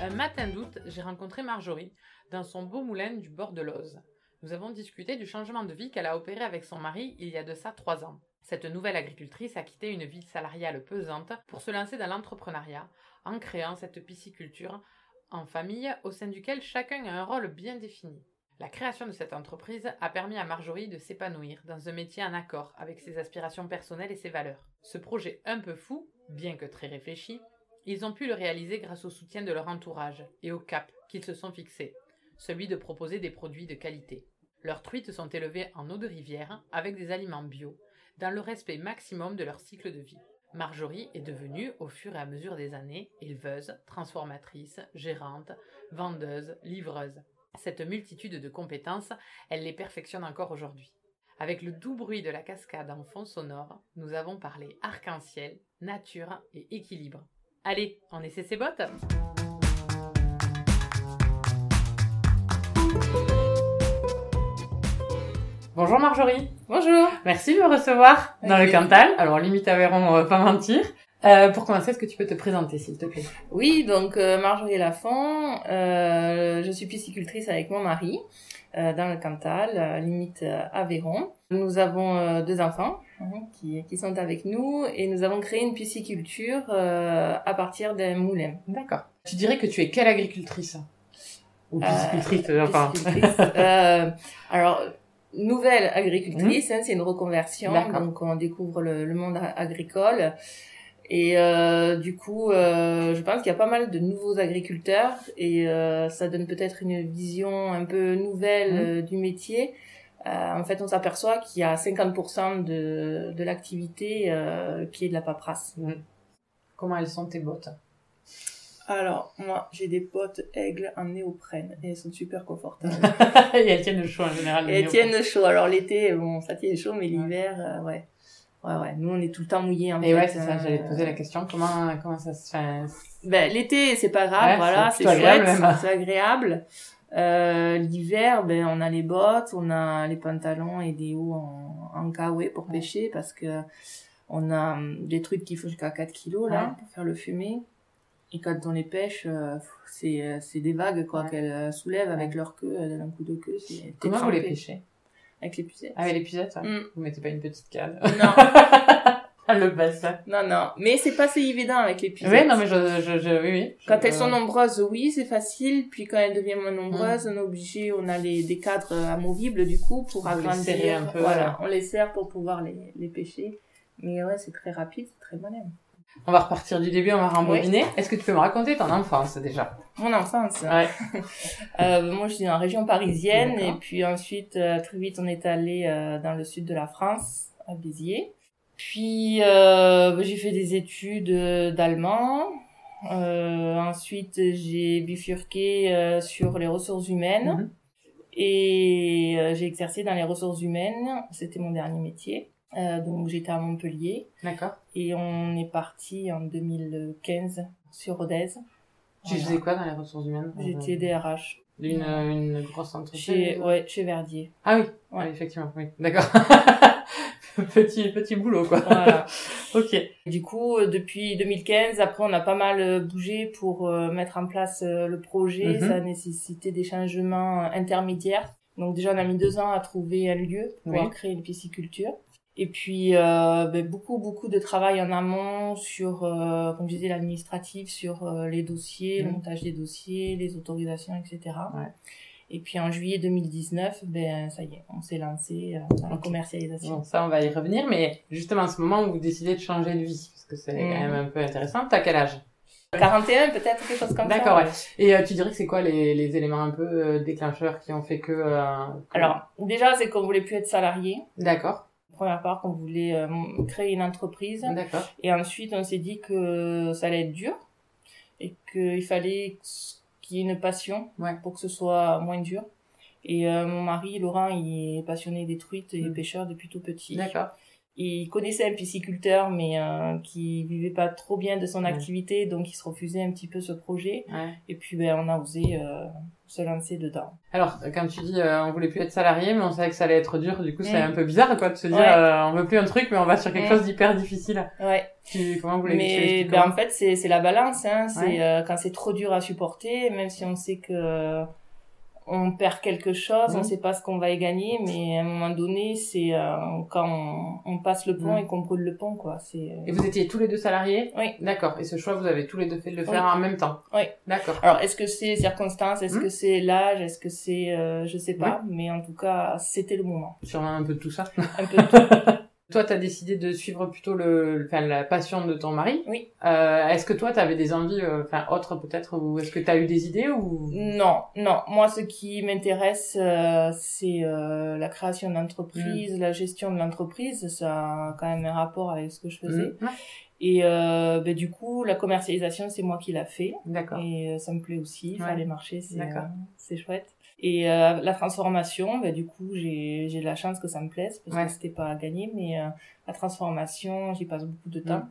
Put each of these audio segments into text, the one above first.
Un matin d'août, j'ai rencontré Marjorie dans son beau moulin du bord de l'Oise. Nous avons discuté du changement de vie qu'elle a opéré avec son mari il y a de ça trois ans. Cette nouvelle agricultrice a quitté une vie salariale pesante pour se lancer dans l'entrepreneuriat en créant cette pisciculture en famille au sein duquel chacun a un rôle bien défini. La création de cette entreprise a permis à Marjorie de s'épanouir dans un métier en accord avec ses aspirations personnelles et ses valeurs. Ce projet un peu fou, bien que très réfléchi, ils ont pu le réaliser grâce au soutien de leur entourage et au cap qu'ils se sont fixés, celui de proposer des produits de qualité. Leurs truites sont élevées en eau de rivière avec des aliments bio, dans le respect maximum de leur cycle de vie. Marjorie est devenue, au fur et à mesure des années, éleveuse, transformatrice, gérante, vendeuse, livreuse. Cette multitude de compétences, elle les perfectionne encore aujourd'hui. Avec le doux bruit de la cascade en fond sonore, nous avons parlé arc-en-ciel, nature et équilibre. Allez, on essaie ses bottes Bonjour Marjorie, Bonjour. merci de me recevoir dans Avec le plaisir. Cantal. Alors limite Aveyron, on va pas mentir. Euh, pour commencer, est-ce que tu peux te présenter s'il te plaît Oui, donc euh, Marjorie Lafont, euh, je suis piscicultrice avec mon mari euh, dans le Cantal, euh, limite euh, Aveyron. Nous avons euh, deux enfants hein, qui, qui sont avec nous et nous avons créé une pisciculture euh, à partir d'un moulin. D'accord. Tu dirais que tu es quelle agricultrice Ou Euh, piscicultrice, enfin. Piscicultrice. Euh, alors, nouvelle agricultrice, hein, c'est une reconversion, Mmh. D'accord. donc on découvre le, le monde a- agricole. Et euh, du coup, euh, je pense qu'il y a pas mal de nouveaux agriculteurs et euh, ça donne peut-être une vision un peu nouvelle Mhm. euh, du métier. Euh, en fait, on s'aperçoit qu'il y a 50% de, de l'activité euh, qui est de la paperasse. Comment elles sont tes bottes Alors, moi, j'ai des bottes aigles en néoprène et elles sont super confortables. Et elles tiennent le chaud en général. Et les elles tiennent chaud. Alors l'été, bon, ça tient chaud, mais l'hiver, euh, ouais. Ouais, ouais. Nous, on est tout le temps mouillés, en Et fait. ouais, c'est ça, hein. j'allais te poser la question. Comment, comment ça se fait Ben, l'été, c'est pas grave, Ouais, voilà, c'est c'est plutôt agréable, chouette, même. c'est agréable. Euh, l'hiver, ben, on a les bottes, on a les pantalons et des hauts en, en kawaii pour Ouais. pêcher parce que on a hum, des trucs qui font jusqu'à 4 kilos, là, Ouais. pour faire le fumet. Et quand on les pêche, euh, pff, c'est, euh, c'est des vagues, quoi, Ouais. qu'elles euh, soulèvent avec leur queue, euh, d'un coup de queue. c'est- t'es Comment vous les trempé. pêchez Ah Avec les pucettes. Avec les pucettes ouais. Mm. Vous mettez pas une petite canne Non. Ah, Le bassin. Non, non, mais c'est pas si évident avec les pucettes. Oui, non, mais je, je, je- oui, oui. Quand Je- elles sont nombreuses, oui, c'est facile. Puis quand elles deviennent moins nombreuses, on est obligé, on a les, des cadres euh, amovibles du coup pour Vous les agrandir. serrez un peu, voilà, on les serre pour pouvoir les, les pêcher. Mais ouais, c'est très rapide, c'est très malin. On va repartir du début, on va rembobiner. Est-ce que tu peux me raconter ton enfance déjà Mon enfance. Ouais. Euh, moi, je suis en région parisienne et D'accord. puis ensuite, euh, très vite, on est allé euh, dans le sud de la France, à Béziers. Puis, euh, j'ai fait des études euh, d'allemand. Euh, ensuite, j'ai bifurqué euh, sur les ressources humaines Mhm. et euh, j'ai exercé dans les ressources humaines. C'était mon dernier métier. Euh, donc, j'étais à Montpellier D'accord. et on est parti en 2015 sur Rodez. Ah Tu Voilà. faisais quoi dans les ressources humaines J'étais DRH. Une, une grosse entreprise Chez, ouais, chez Verdier. Ah oui, Ouais. ouais. effectivement, oui. D'accord. petit, petit boulot, quoi. Voilà. ok. du coup, euh, depuis 2015, après, on a pas mal euh, bougé pour euh, mettre en place euh, le projet. Mhm. Ça a nécessité des changements euh, intermédiaires. Donc déjà, on a mis deux ans à trouver un lieu pour Oui. créer une pisciculture. Et puis, euh, ben, beaucoup, beaucoup de travail en amont sur, euh, comme je disais, l'administratif, sur euh, les dossiers, le Mhm. montage des dossiers, les autorisations, etc. Ouais. Et puis, en juillet 2019, ben, ça y est, on s'est lancé euh, dans la Ok. commercialisation. Bon, ça, on va y revenir, mais justement, à ce moment où vous décidez de changer de vie, parce que c'est Mm. quand même un peu intéressant, t'as quel âge 41 peut-être, quelque chose comme ça. D'accord, ouais. Et euh, tu dirais que c'est quoi les, les éléments un peu euh, déclencheurs qui ont fait que... euh, que- Alors, déjà, c'est qu'on voulait plus être salarié. D'accord, Première part, qu'on voulait euh, m- créer une entreprise. d'accord. Et ensuite, on s'est dit que ça allait être dur et qu'il fallait s- qu'il y ait une passion Ouais. pour que ce soit moins dur. Et euh, mon mari, Laurent, il est passionné des truites et Mm. pêcheur depuis tout petit. D'accord. Il connaissait un pisciculteur, mais euh, qui vivait pas trop bien de son Ouais. activité, donc il se refusait un petit peu ce projet. Ouais. Et puis, ben, on a osé euh, se lancer dedans. Alors, euh, quand tu dis euh, on voulait plus être salarié, mais on savait que ça allait être dur, du coup, c'est Mm. un peu bizarre, quoi, de se dire Ouais. euh, on veut plus un truc, mais on va sur quelque Mm. chose d'hyper difficile. Ouais. Tu, comment vous voulez Mais ben, en fait, c'est c'est la balance. Hein. C'est Ouais. euh, quand c'est trop dur à supporter, même si on sait que on perd quelque chose, Mhm. on sait pas ce qu'on va y gagner, mais à un moment donné, c'est euh, quand on, on passe le pont Mhm. et qu'on brûle le pont, quoi. C'est euh, Et vous étiez tous les deux salariés Oui. D'accord. Et ce choix, vous avez tous les deux fait de le Oui. faire en même temps Oui. D'accord. alors, est-ce que c'est circonstance, est-ce Mhm. que c'est l'âge, est-ce que c'est, euh, je sais pas, mais en tout cas, c'était le moment. Sûrement un peu de tout ça. Un peu de tout. Toi, t'as décidé de suivre plutôt le, enfin, la passion de ton mari. Oui. Euh, est-ce que toi, t'avais des envies, euh, enfin, autres peut-être, ou est-ce que t'as eu des idées ou Non, non. Moi, ce qui m'intéresse, euh, c'est euh, la création d'entreprise, Mhm. la gestion de l'entreprise. Ça a quand même un rapport avec ce que je faisais. Mm. Ouais. Et euh, ben, du coup, la commercialisation, c'est moi qui l'a fait. D'accord. Et euh, ça me plaît aussi. Ouais. Faire les marchés, c'est D'accord. euh, c'est chouette. Et euh, la transformation, ben, du coup, j'ai j'ai de la chance que ça me plaise parce Ouais. que c'était pas à gagner. Mais euh, la transformation, j'y passe beaucoup de temps.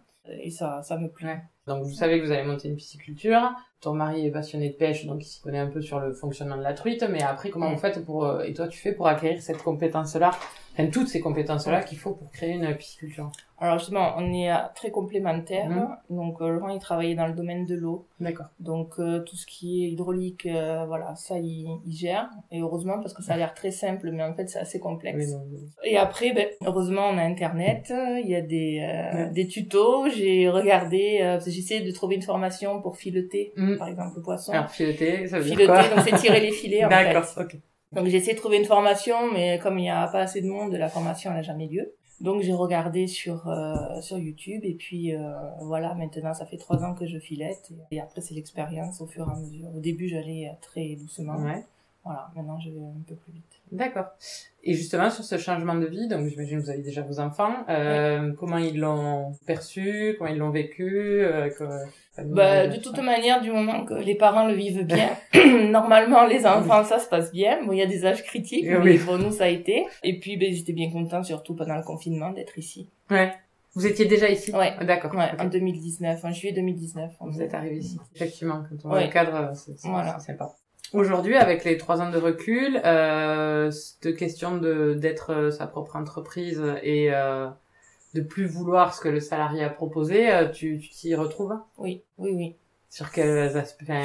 Et ça, ça me plaît. Mm. Ouais. Donc, vous savez que vous allez monter une pisciculture. Ton mari est passionné de pêche, donc il s'y connaît un peu sur le fonctionnement de la truite. Mais après, comment Mm. vous faites pour, euh, et toi, tu fais pour acquérir cette compétence-là, enfin, toutes ces compétences-là qu'il faut pour créer une pisciculture. Alors justement, on est euh, très complémentaires. Mhm. Donc euh, Laurent, il travaillait dans le domaine de l'eau. D'accord. Donc euh, tout ce qui est hydraulique, euh, voilà, ça il, il gère. Et heureusement parce que ça a l'air très simple, mais en fait c'est assez complexe. Oui, donc, Et après, ben, heureusement on a Internet, euh, il y a des, euh, Ouais. des tutos. J'ai regardé, euh, parce que j'ai essayé de trouver une formation pour fileter, Mm. par exemple le poisson. Alors, fileter, ça veut fileter, dire euh, quoi donc c'est tirer les filets en fait. D'accord, ok. Donc j'ai essayé de trouver une formation, mais comme il n'y a pas assez de monde, la formation n'a jamais lieu. Donc j'ai regardé sur euh, sur YouTube et puis euh, voilà maintenant ça fait trois ans que je filette et, et après c'est l'expérience au fur et à mesure. Au début j'allais euh, très doucement, Ouais. voilà maintenant je vais un peu plus vite. D'accord. Et justement, sur ce changement de vie, donc j'imagine que vous avez déjà vos enfants, euh, comment ils l'ont perçu, comment ils l'ont vécu euh, que- Bah, de toute manière du moment que les parents le vivent bien, normalement les enfants ça se passe bien. Bon il y a des âges critiques, Eh mais oui. pour nous ça a été. Et puis ben, j'étais bien contente surtout pendant le confinement d'être ici. Ouais. Vous étiez déjà ici Ouais. D'accord. Ouais, Ok. en 2019, en juillet 2019. on Vous est- êtes arrivé ici. Effectivement, quand on Ouais. voit le cadre, c'est c'est- Voilà. c'est sympa. Aujourd'hui, avec les trois ans de recul, euh, cette question de d'être euh, sa propre entreprise et euh, de plus vouloir ce que le salarié a proposé, euh, tu tu t'y retrouves Oui, oui, oui. Sur quels aspects enfin,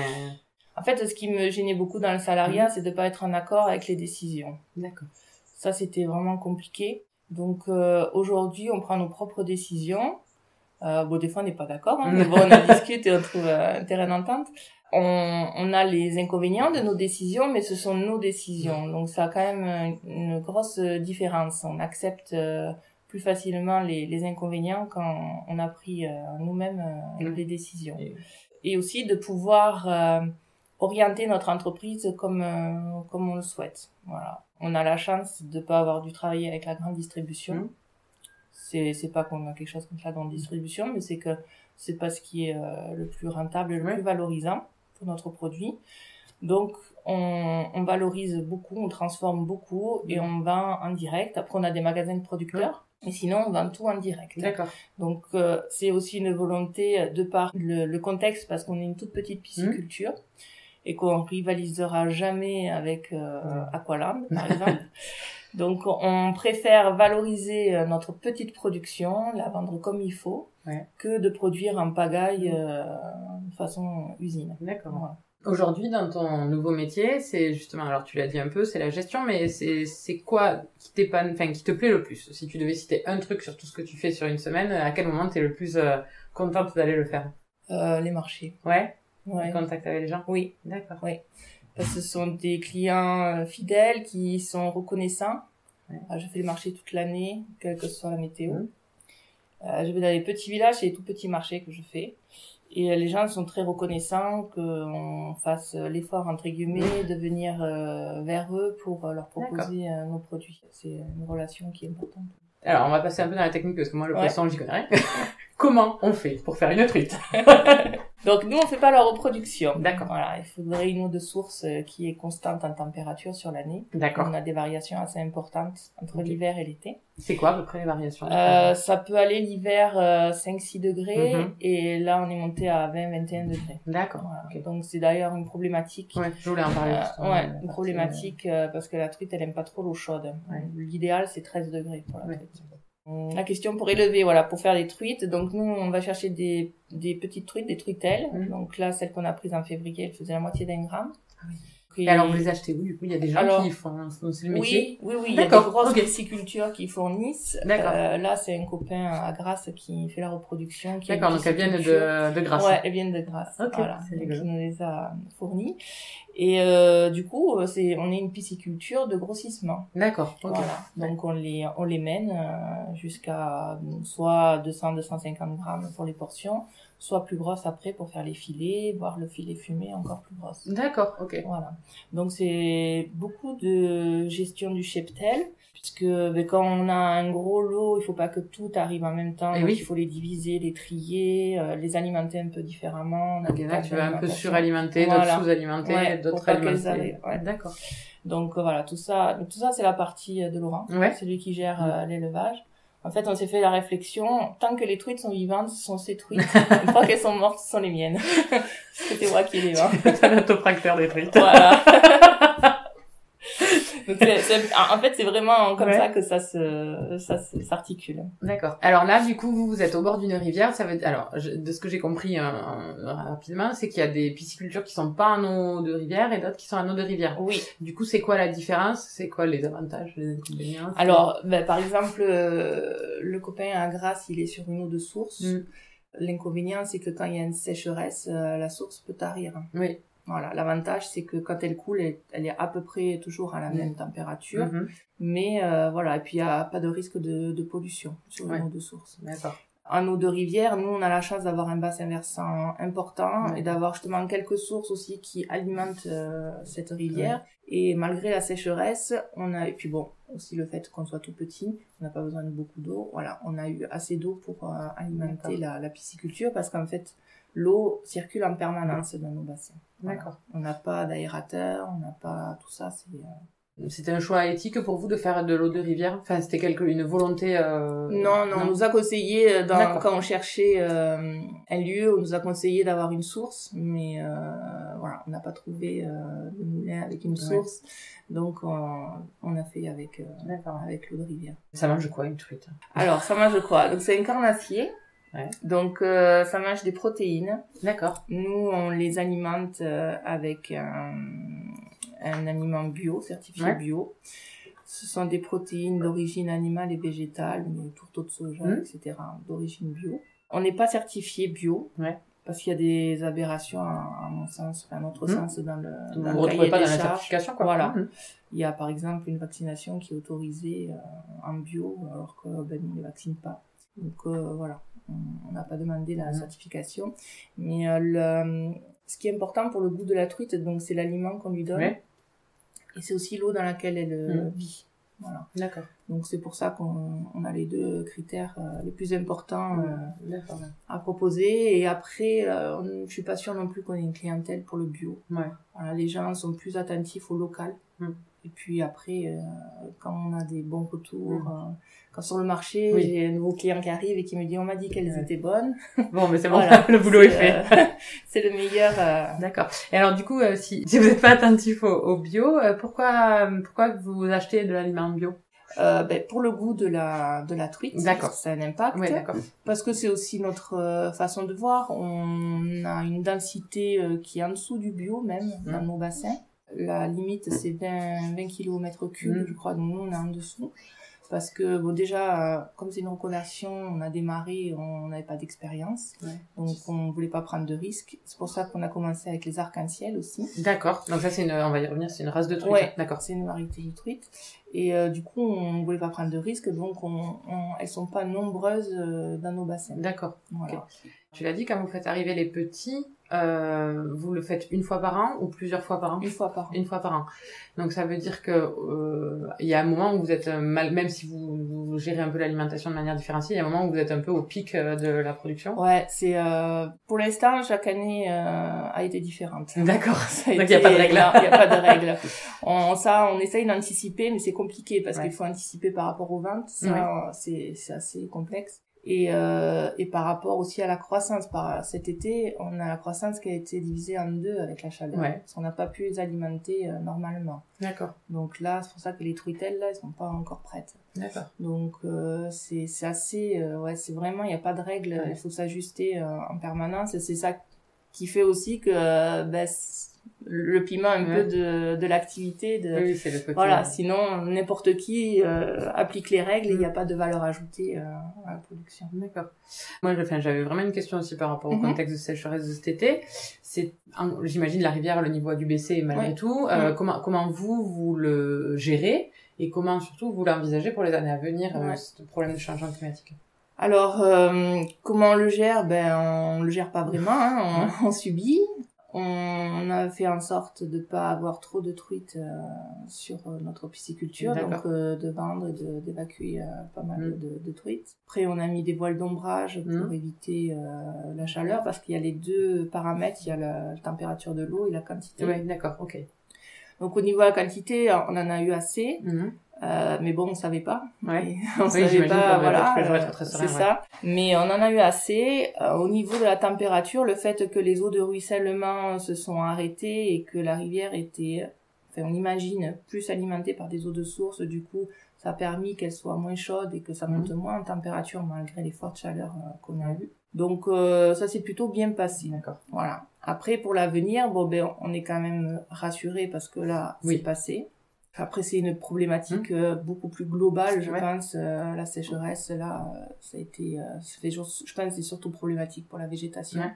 En fait, ce qui me gênait beaucoup dans le Mhm. salariat, c'est de pas être en accord avec les décisions. D'accord. Ça, c'était vraiment compliqué. Donc euh, aujourd'hui, on prend nos propres décisions. Euh, bon, des fois, on n'est pas d'accord, hein, mais bon, on en discute et on trouve euh, un terrain d'entente. On, on a les inconvénients de nos décisions, mais ce sont nos décisions. Donc ça a quand même une, une grosse différence. On accepte euh, plus facilement les, les inconvénients quand on a pris euh, nous-mêmes euh, Mm. les décisions. Et- Et aussi de pouvoir euh, orienter notre entreprise comme, euh, comme on le souhaite. Voilà. On a la chance de ne pas avoir dû travailler avec la grande distribution. Mhm. C'est, c'est pas qu'on a quelque chose contre la grande distribution, mais c'est que c'est pas ce qui est euh, le plus rentable, le Ouais. plus valorisant pour notre produit. Donc, on, on valorise beaucoup, on transforme beaucoup et Mmh. on vend en direct. Après, on a des magasins de producteurs, mais sinon, on vend tout en direct. D'accord. Donc euh, c'est aussi une volonté euh, de par le, le contexte parce qu'on est une toute petite pisciculture et qu'on rivalisera jamais avec euh, Mm. Aqualand par exemple. Donc on préfère valoriser euh, notre petite production, la vendre comme il faut, Ouais. que de produire en pagaille Mm. euh, de façon usine. D'accord. Voilà. Aujourd'hui, dans ton nouveau métier, c'est justement, alors tu l'as dit un peu, c'est la gestion, mais c'est c'est quoi qui t'épanne, enfin qui te plaît le plus Si tu devais citer un truc sur tout ce que tu fais sur une semaine, à quel moment t'es le plus euh, contente d'aller le faire Euh, les marchés. Ouais, Ouais. Le Contact avec les gens. Oui, D'accord. Parce que Euh, ce sont des clients euh, fidèles qui sont reconnaissants. Ouais. Euh, Je fais le marché toute l'année, quelle que soit la météo. Mhm. Euh, je vais dans les petits villages et les tout petits marchés que je fais. Et euh, les gens sont très reconnaissants qu'on fasse euh, l'effort, entre guillemets, de venir euh, vers eux pour euh, leur proposer euh, nos produits. C'est une relation qui est importante. Alors, on va passer un peu dans la technique parce que moi, le Ouais. poisson, j'y connais rien. Comment on fait pour faire une truite Donc nous, on fait pas la reproduction. D'accord. Voilà, il faudrait une eau de source euh, qui est constante en température sur l'année. D'accord. On a des variations assez importantes entre Ok. l'hiver et l'été. C'est quoi à peu près les variations Euh, ça peut aller l'hiver euh, 5-6 degrés Mhm. et là on est monté à 20-21 degrés. D'accord. Voilà. Ok. Donc c'est d'ailleurs une problématique. Ouais, je voulais en parler. euh, justement, ouais, la partie, une problématique euh, parce que la truite elle aime pas trop l'eau chaude. Ouais. L'idéal c'est 13 degrés pour la Ouais. truite. Hum, La question pour élever, voilà, pour faire des truites. Donc nous on va chercher des, des petites truites, des truitelles. Mhm. Donc là celle qu'on a prise en février, elle faisait la moitié d'un gramme. Ah oui. Et- Et alors, vous les achetez où Du coup, il y a des gens Alors- qui font. hein, C'est le métier. oui, oui, oui, il y a des D'accord, grosses ok. piscicultures qui fournissent. D'accord. Euh, là, c'est un copain à Grasse qui fait la reproduction. qui a une D'accord, donc elles viennent pisciculture. de, de Grasse. Ouais, elles viennent de Grasse. Ok, voilà, c'est donc rigolo. il nous les a fournies. Et euh, du coup, euh, c'est, on est une pisciculture de grossissement. D'accord, ok. Voilà. Donc on les, on les mène euh, jusqu'à euh, soit 200-250 grammes pour les portions, soit plus grosses après pour faire les filets, voire le filet fumé encore plus grosse. D'accord, ok. Voilà. Donc c'est beaucoup de gestion du cheptel, puisque ben, quand on a un gros lot, il faut pas que tout arrive en même temps. Eh Donc, oui. Il faut les diviser, les trier, euh, les alimenter un peu différemment. On a Ok, des là, tas tu vas un peu d'alimentations. suralimenter, Voilà. d'autres sous-alimenter, Ouais, pour d'autres pas qu'elles alimenter. arrivent, ouais. D'accord. Donc euh, voilà, tout ça, tout ça c'est la partie euh, de Laurent, Ouais. Mm. c'est lui qui gère euh, l'élevage. En fait, on s'est fait la réflexion, tant que les truites sont vivantes, ce sont ses truites. Une fois qu'elles sont mortes, ce sont les miennes. C'était moi qui les vins. T'as l'autopracteur des truites. Voilà. Donc c'est- c'est- en en fait, c'est vraiment comme Ouais. ça que ça se, ça se- s'articule. D'accord. Alors là, du coup, vous, vous êtes au bord d'une rivière. Ça veut dire- alors, je- de ce que j'ai compris euh, euh, rapidement, c'est qu'il y a des piscicultures qui sont pas en eau de rivière et d'autres qui sont en eau de rivière. Oui. Du coup, c'est quoi la différence C'est quoi les avantages, les inconvénients c'est- Alors, ben, par exemple, euh, le copain à Grasse, il est sur une eau de source. Mm. L'inconvénient, c'est que quand il y a une sécheresse, euh, la source peut tarir. Oui. Voilà. L'avantage, c'est que quand elle coule, elle, elle est à peu près toujours à la Mm. même température. Mhm. Mais euh, voilà, et puis il n'y a pas de risque de, de pollution sur une Ouais. eau de source. D'accord. en eau de rivière, nous, on a la chance d'avoir un bassin versant important Ouais. et d'avoir justement quelques sources aussi qui alimentent euh, cette rivière. Et malgré la sécheresse, on a, et puis bon, aussi le fait qu'on soit tout petit, on n'a pas besoin de beaucoup d'eau. Voilà, on a eu assez d'eau pour euh, alimenter D'accord. la, la pisciculture parce qu'en fait, l'eau circule en permanence dans nos bassins. Voilà. D'accord. On n'a pas d'aérateur, on n'a pas tout ça, c'est... euh, C'était un choix éthique pour vous de faire de l'eau de rivière Enfin, c'était quelque... une volonté euh, Non, non, on nous a conseillé euh, dans- D'accord. quand on cherchait euh, un lieu, on nous a conseillé d'avoir une source, mais euh, voilà, on n'a pas trouvé euh, le moulin avec une Ouais. source, donc on, on a fait avec euh, D'accord. avec l'eau de rivière. Ça mange quoi, une truite Alors ça mange quoi Donc c'est un carnassier, Ouais. donc euh, ça mange des protéines. D'accord. Nous on les alimente euh, avec un, un aliment bio, certifié Ouais. bio. Ce sont des protéines d'origine animale et végétale, des tourteaux de soja, Mhm. etc., d'origine bio. On n'est pas certifié bio, Ouais. parce qu'il y a des aberrations, à, à mon sens, enfin, à notre Mhm. sens, dans le, Vous dans vous le retrouvez cahier pas des dans la charges. certification, quoi. Voilà. Mhm. Il y a par exemple une vaccination qui est autorisée euh, en bio, alors que ben, ils ne vaccine pas. Donc euh, voilà, on on n'a pas demandé la Mhm. certification. Mais euh, le- ce qui est important pour le goût de la truite, donc c'est l'aliment qu'on lui donne. Ouais. Et c'est aussi l'eau dans laquelle elle euh, Mhm. vit. Voilà. D'accord. Donc c'est pour ça qu'on on a les deux critères euh, les plus importants Mhm. euh, D'accord. à proposer. Et après, euh, on- je suis pas sûre non plus qu'on ait une clientèle pour le bio. Ouais. Voilà, les gens sont plus attentifs au local. Mm. Et puis après, euh, quand on a des bons retours, Mm. euh, quand sur le marché, Oui. j'ai un nouveau client qui arrive et qui me dit on m'a dit qu'elles Ouais. étaient bonnes. Bon, mais c'est bon, Voilà, le boulot est C'est, fait. euh, C'est le meilleur. euh, D'accord. Et alors, du coup, euh, si, si vous n'êtes pas attentif au, au bio, euh, pourquoi, euh, pourquoi vous achetez de l'aliment bio euh, ben, pour le goût de la, de la truite, D'accord. c'est un impact. Oui, d'accord. parce que c'est aussi notre euh, façon de voir. On a une densité euh, qui est en dessous du bio même dans Mm. nos bassins. La limite, c'est 20, 20 kg au mètre cube, Mm. je crois. Donc nous, on est en dessous. Parce que, bon, déjà, euh, comme c'est une reconversion, on a démarré, on n'avait pas d'expérience. Ouais. Donc, on voulait pas prendre de risques. C'est pour ça qu'on a commencé avec les arcs-en-ciel aussi. D'accord. Donc ça, c'est une, on va y revenir, c'est une race de truites. Ouais. D'accord. C'est une variété de truite. Et euh, du coup, on voulait pas prendre de risques. Donc, on, on- elles sont pas nombreuses euh, dans nos bassins. D'accord. Voilà. Tu l'as dit, quand vous faites arriver les petits, euh, vous le faites une fois par an ou plusieurs fois par an Une fois par an. Une fois par an. Donc ça veut dire que euh, il y a un moment où vous êtes euh, mal, même si vous, vous gérez un peu l'alimentation de manière différenciée, il y a un moment où vous êtes un peu au pic euh, de la production. Ouais, c'est euh, pour l'instant chaque année euh, a été différente. D'accord. Ça Donc, y a pas de règle. non, y a pas de règle. On, ça, on essaye d'anticiper, mais c'est compliqué parce Ouais. qu'il faut anticiper par rapport aux ventes. Ça, c'est- c'est assez complexe. Et, euh, et par rapport aussi à la croissance, par cet été, on a la croissance qui a été divisée en deux avec la chaleur, Ouais. parce qu'on n'a pas pu les alimenter euh, normalement. D'accord. Donc là, c'est pour ça que les truitelles là, elles sont pas encore prêtes. D'accord. Donc euh, c'est c'est assez, euh, ouais, c'est vraiment, il n'y a pas de règle, Ouais. il faut s'ajuster euh, en permanence. Et c'est ça qui fait aussi que euh, ben, c- le piment un Ouais. peu de, de l'activité. De... Oui, oui, c'est le côté. Euh, euh, Voilà, sinon n'importe qui euh, applique les règles et il n'y a pas de valeur ajoutée euh, à la production. D'accord. Moi, je- enfin, j'avais vraiment une question aussi par rapport au Mhm. contexte de sécheresse de cet été. C'est, en- j'imagine, la rivière, le niveau a dû baisser malgré Ouais. tout. Euh, Mhm. Comment, comment vous, vous le gérez et comment surtout vous l'envisagez pour les années à venir, euh, Ouais. ce problème de changement climatique Alors, euh, comment on le gère Ben, on le gère pas vraiment, hein, on, on subit. On a fait en sorte de pas avoir trop de truites euh, sur euh, notre pisciculture, D'accord. donc euh, de vendre et de- d'évacuer euh, pas mal Mm. de, de truites. Après, on a mis des voiles d'ombrage pour Mm. éviter euh, la chaleur, parce qu'il y a les deux paramètres, il y a la température de l'eau et la quantité. Oui, d'accord, ok. Donc au niveau de la quantité, on en a eu assez, Mhm. euh, mais bon, on savait pas. Ouais. Et on savait j'imagine qu'on pas, aurait voilà, pas pu jouer euh, être très c'est serein, ouais. ça. Mais on en a eu assez. Euh, au niveau de la température, le fait que les eaux de ruissellement euh, se sont arrêtées et que la rivière était, euh, enfin, on imagine, plus alimentée par des eaux de source, du coup, ça a permis qu'elle soit moins chaude et que ça monte Mmh. moins en température malgré les fortes chaleurs euh, qu'on a eues. Donc euh, ça s'est plutôt bien passé. D'accord. Voilà. Après, pour l'avenir, bon, ben, on est quand même rassuré parce que là, Oui. Hum. c'est passé. Après, c'est une problématique euh, beaucoup plus globale, je Ouais. pense. euh, la sécheresse, là, euh, ça a été, euh, ça fait jour- je pense, que c'est surtout problématique pour la végétation. Ouais.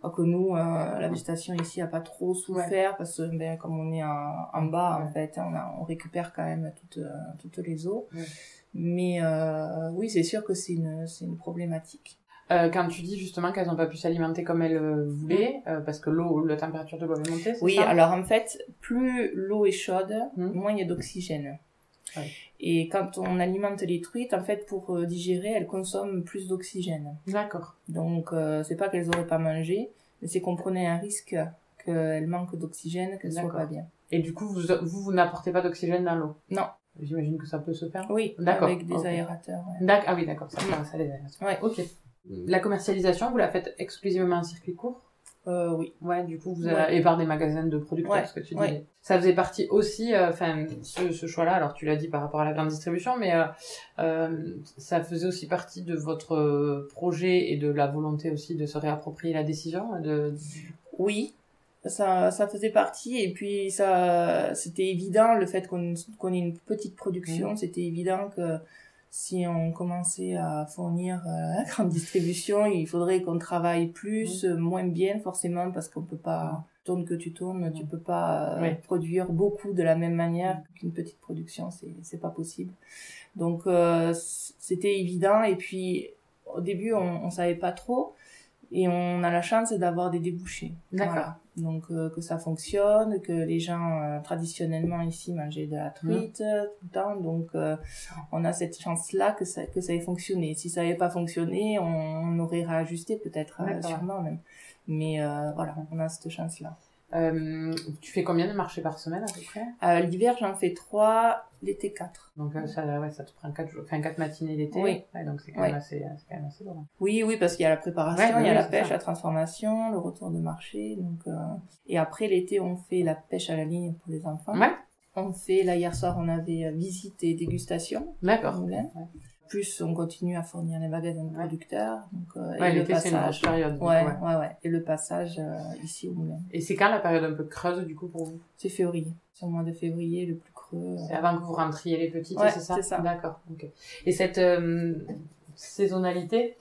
Quoique que nous, euh, la végétation ici a pas trop souffert parce que, ben, comme on est en, en bas, en Ouais. fait, on, a- on récupère quand même toutes, euh, toutes les eaux. Ouais. Mais euh, oui, c'est sûr que c'est une, c'est une problématique. Euh, quand tu dis justement qu'elles n'ont pas pu s'alimenter comme elles euh, voulaient, euh, parce que l'eau, la température de l'eau avait monté, c'est Mm. Oui, ça alors en fait, plus l'eau est chaude, Mhm. moins il y a d'oxygène. Ouais. Et quand on alimente les truites, en fait, pour euh, digérer, elles consomment plus d'oxygène. D'accord. Donc, euh, c'est pas qu'elles auraient pas mangé, mais c'est qu'on prenait un risque qu'elles manquent d'oxygène, qu'elles soient D'accord. pas bien. Et du coup, vous, vous, vous n'apportez pas d'oxygène dans l'eau Non. J'imagine que ça peut se faire. Oui, D'accord, avec des ok. aérateurs. ouais. D'ac- Ah oui, d'accord, ça, ça, les a. Ouais. Ok. La commercialisation, vous la faites exclusivement en circuit court Euh, oui. Ouais, du coup, vous Ouais. avez- euh, et par des magasins de producteurs, Ouais, ce que tu disais. ouais. Ça faisait partie aussi, euh, enfin, ce, ce choix-là, alors tu l'as dit par rapport à la grande distribution, mais euh, euh, ça faisait aussi partie de votre euh, projet et de la volonté aussi de se réapproprier la décision. De... Oui, ça, ça faisait partie. Et puis, ça, c'était évident, le fait qu'on qu'on ait une petite production, c'était évident que si on commençait à fournir euh, la grande distribution, il faudrait qu'on travaille plus, euh, moins bien, forcément, parce qu'on peut pas, tourne que tu tournes, tu Mm. peux pas euh, Oui. produire beaucoup de la même manière qu'une petite production, c'est c'est pas possible. Donc, euh, c- c'était évident. Et puis, au début, on, on savait pas trop. Et on a la chance d'avoir des débouchés. D'accord. Voilà. Donc euh, que ça fonctionne, que les gens euh, traditionnellement ici mangeaient de Mmh. la truite euh, tout le temps, donc euh, on a cette chance-là que ça, que ça ait fonctionné. Si ça n'avait pas fonctionné, on, on aurait réajusté peut-être, euh, D'accord. sûrement même. Mais euh, voilà, on a cette chance-là. Euh, tu fais combien de marchés par semaine à peu près Euh, L'hiver j'en fais trois, l'été quatre. Donc euh, ça, ouais, ça te prend 4 jours, enfin quatre matinées l'été. Oui. Ouais, donc c'est quand, même Ouais. assez, c'est quand même assez lourd. Oui, oui, parce qu'il y a la préparation, Ouais, bah il y a oui, la c'est pêche, ça. la transformation, le retour de marché. Donc, euh, Et après l'été, on fait la pêche à la ligne pour les enfants. Ouais. On fait, là hier soir, on avait euh, visite et dégustation. à D'accord. Moulins. Ouais. Plus on continue à fournir les magasins de Ouais. producteurs. Donc, euh, Ouais, et le l'été, c'est une grosse passage. période. du coup, Ouais, ouais. ouais, ouais. Et le passage euh, ici au moulin. Et c'est quand la période un peu creuse du coup pour vous C'est février. C'est au mois de février, le plus creux. euh. C'est avant que vous rentriez les petites, Ouais, c'est ça c'est ça. D'accord. ok. Et cette euh, saisonnalité,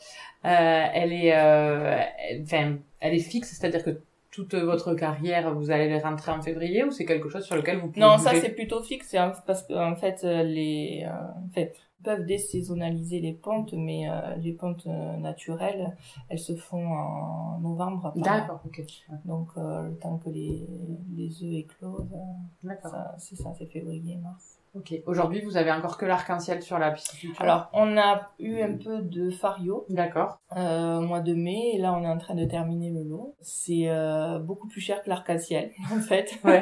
euh, elle est, euh, elle- enfin, elle est fixe, c'est-à-dire que toute votre carrière, vous allez les rentrer en février ou c'est quelque chose sur lequel vous pouvez Non, ça bouger c'est plutôt fixe, c'est un- parce qu'en fait, euh, les, euh, en fait, peuvent désaisonnaliser les pentes, mais euh, les pentes euh, naturelles, elles se font en novembre. par an. D'accord, ok. Ouais, Donc euh, le temps que les, les œufs éclosent, euh, D'accord. ça- c'est ça, c'est février, mars. Ok. Aujourd'hui, vous avez encore que l'arc-en-ciel sur la pisciculture. Alors on a eu un peu de fario D'accord. euh, au mois de mai, et là on est en train de terminer le lot. C'est euh, beaucoup plus cher que l'arc-en-ciel en fait. Ouais.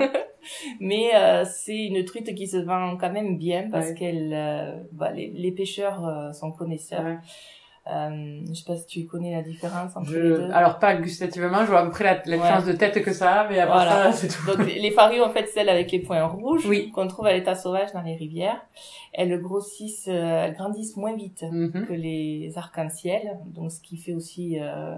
Mais euh, c'est une truite qui se vend quand même bien parce Ouais. qu'elle, euh, bah, les, les pêcheurs euh, sont connaisseurs. Ouais. Euh, je sais pas si tu connais la différence entre les deux. Je... Ah. Alors, pas gustativement, je vois à peu près la, la Ouais. différence de tête que ça a, mais après ça, Voilà. c'est tout. Donc les les faries, en fait, celles avec les points rouges Oui. qu'on trouve à l'état sauvage dans les rivières, elles grossissent, euh, elles grandissent moins vite Mhm. que les arcs-en-ciel, donc ce qui fait aussi euh,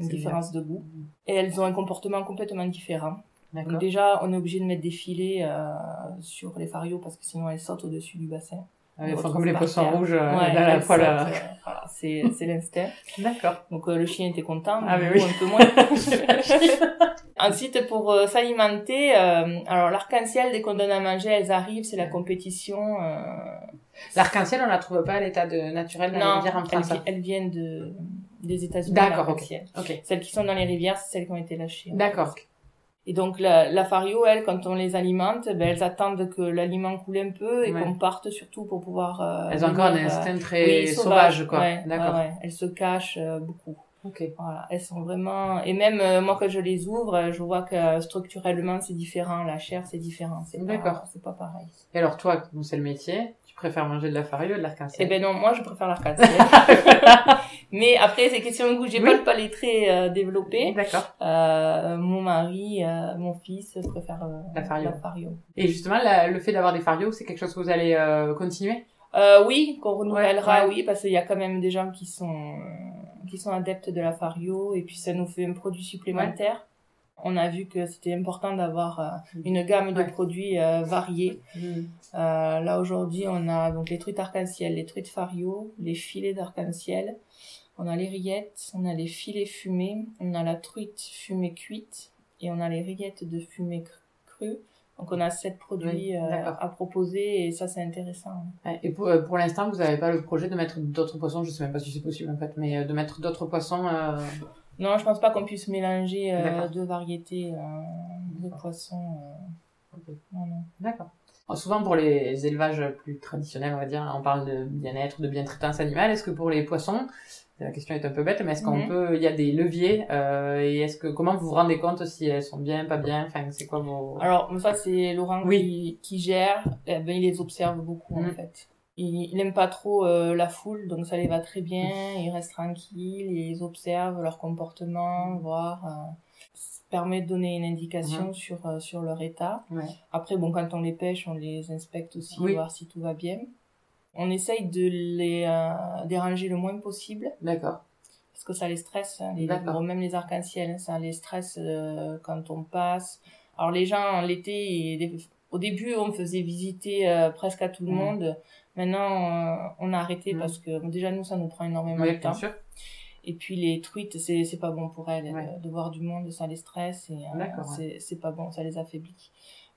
une C'est différence de goût. Et elles ont un comportement complètement différent. Donc D'accord. déjà, on est obligé de mettre des filets euh, sur les farios parce que sinon elles sautent au-dessus du bassin. Ouais, enfin, on retrouve comme les par poissons terre. rouges, euh, Ouais, là, la elles poêle. sautent, euh, voilà, c'est c'est l'instinct. euh, D'accord. Donc euh, le chien était content, Ah, mais mais nous, oui. un peu moins. Ensuite, pour euh, s'alimenter, euh, alors l'arc-en-ciel, dès qu'on donne à manger, elles arrivent, c'est la compétition. euh, L'arc-en-ciel, on la trouve pas à l'état de naturel dans les Non, rivières en elles, France. vi- elles viennent de, des États-Unis. D'accord, l'arc-en-ciel. Ok. Celles qui sont dans les rivières, c'est celles qui ont été lâchées. D'accord. Et donc la, la fario, elle, quand on les alimente, ben, elles attendent que l'aliment coule un peu et Ouais. qu'on parte surtout pour pouvoir... euh, Elles ont encore un venir, euh, instinct oui, très sauvage, quoi. Ouais, D'accord. ouais, ouais. Elles se cachent euh, beaucoup. Ok. Voilà, elles sont vraiment et même euh, moi quand je les ouvre, euh, je vois que euh, structurellement c'est différent, la chair c'est différent, c'est pas- D'accord. c'est pas pareil. Et alors, toi, dont c'est le métier, tu préfères manger de la farine ou de Eh l'arc-en-ciel ben non, moi je préfère l'arc-en-ciel. Mais après c'est question de goût, j'ai Oui. pas le palais très euh, développé. D'accord. Euh, mon mari, euh, mon fils préfère euh, La fario. fario. Et justement, la- le fait d'avoir des farios, c'est quelque chose que vous allez euh, continuer Euh, oui, qu'on renouvellera, Ouais, oui, parce qu'il y a quand même des gens qui sont qui sont adeptes de la fario et puis ça nous fait un produit supplémentaire. On a vu que c'était important d'avoir euh, une gamme de Ouais. produits euh, variés. Euh, là aujourd'hui, on a donc les truites arc-en-ciel, les truites fario, les filets d'arc-en-ciel, on a les rillettes, on a les filets fumés, on a la truite fumée cuite et on a les rillettes de fumée cr- crue. Donc on a sept produits Oui, euh, d'accord. à proposer et ça c'est intéressant. Ouais, Et pour, euh, pour l'instant, vous n'avez pas le projet de mettre d'autres poissons, je sais même pas si c'est possible en fait, mais euh, de mettre d'autres poissons. euh, Non, je pense pas qu'on puisse mélanger euh, D'accord. deux variétés euh, de poissons. euh. Ok. Non, non. D'accord. Alors, Souvent pour les élevages plus traditionnels, on va dire, on parle de bien-être, de bien-traitance animale. Est-ce que pour les poissons, la question est un peu bête, mais est-ce qu'on Mhm. peut, il y a des leviers euh, et est-ce que comment vous vous rendez compte si elles sont bien, pas bien Enfin, c'est quoi vos Alors, ça, c'est Laurent Oui. qui, qui gère. Eh ben, il les observe beaucoup, en Mhm. fait. Il, il aime pas trop euh, la foule, donc ça les va très bien. Il reste tranquille, ils observent leur comportement, voir. euh, ça permet de donner une indication sur, euh, sur leur état. Mm. Ouais. Après, bon, quand on les pêche, on les inspecte aussi, Oui. voir si tout va bien. On essaye de les euh, déranger le moins possible. D'accord. parce que ça les stresse, hein, les D'accord. livres, même les arcs-en-ciel, hein, ça les stresse euh, quand on passe. Alors les gens, l'été, et des- au début, on faisait visiter euh, presque à tout le Mhm. monde. Maintenant, euh, on a arrêté Mhm. parce que bon, déjà, nous, ça nous prend énormément Oui, de temps. bien sûr. Et puis les truites, c'est c'est pas bon pour elles. Ouais. euh, De voir du monde, ça les stresse et euh, D'accord, c'est c'est pas bon, ça les affaiblit.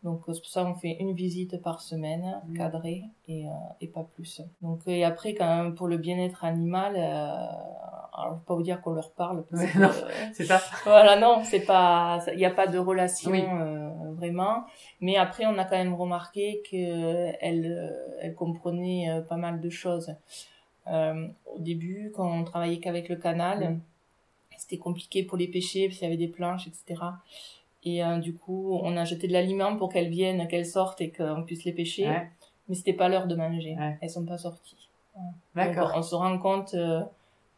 Donc euh, c'est pour ça on fait une visite par semaine, Mhm. cadrée et, euh, et pas plus. Donc euh, et après quand même pour le bien-être animal, euh, alors je vais pas vous dire qu'on leur parle. Parce Ouais, que, non. euh, C'est ça. voilà non, c'est pas, il n'y a pas de relation Oui. euh, vraiment. Mais après on a quand même remarqué que elle, euh, elle comprenait euh, pas mal de choses. Euh, au début, quand on travaillait qu'avec le canal, c'était compliqué pour les pêcher parce qu'il y avait des planches, etc. Et euh, du coup, on a jeté de l'aliment pour qu'elles viennent, qu'elles sortent et qu'on puisse les pêcher. Ouais. Mais c'était pas l'heure de manger. Ouais. Elles sont pas sorties. D'accord. Donc, on se rend compte euh,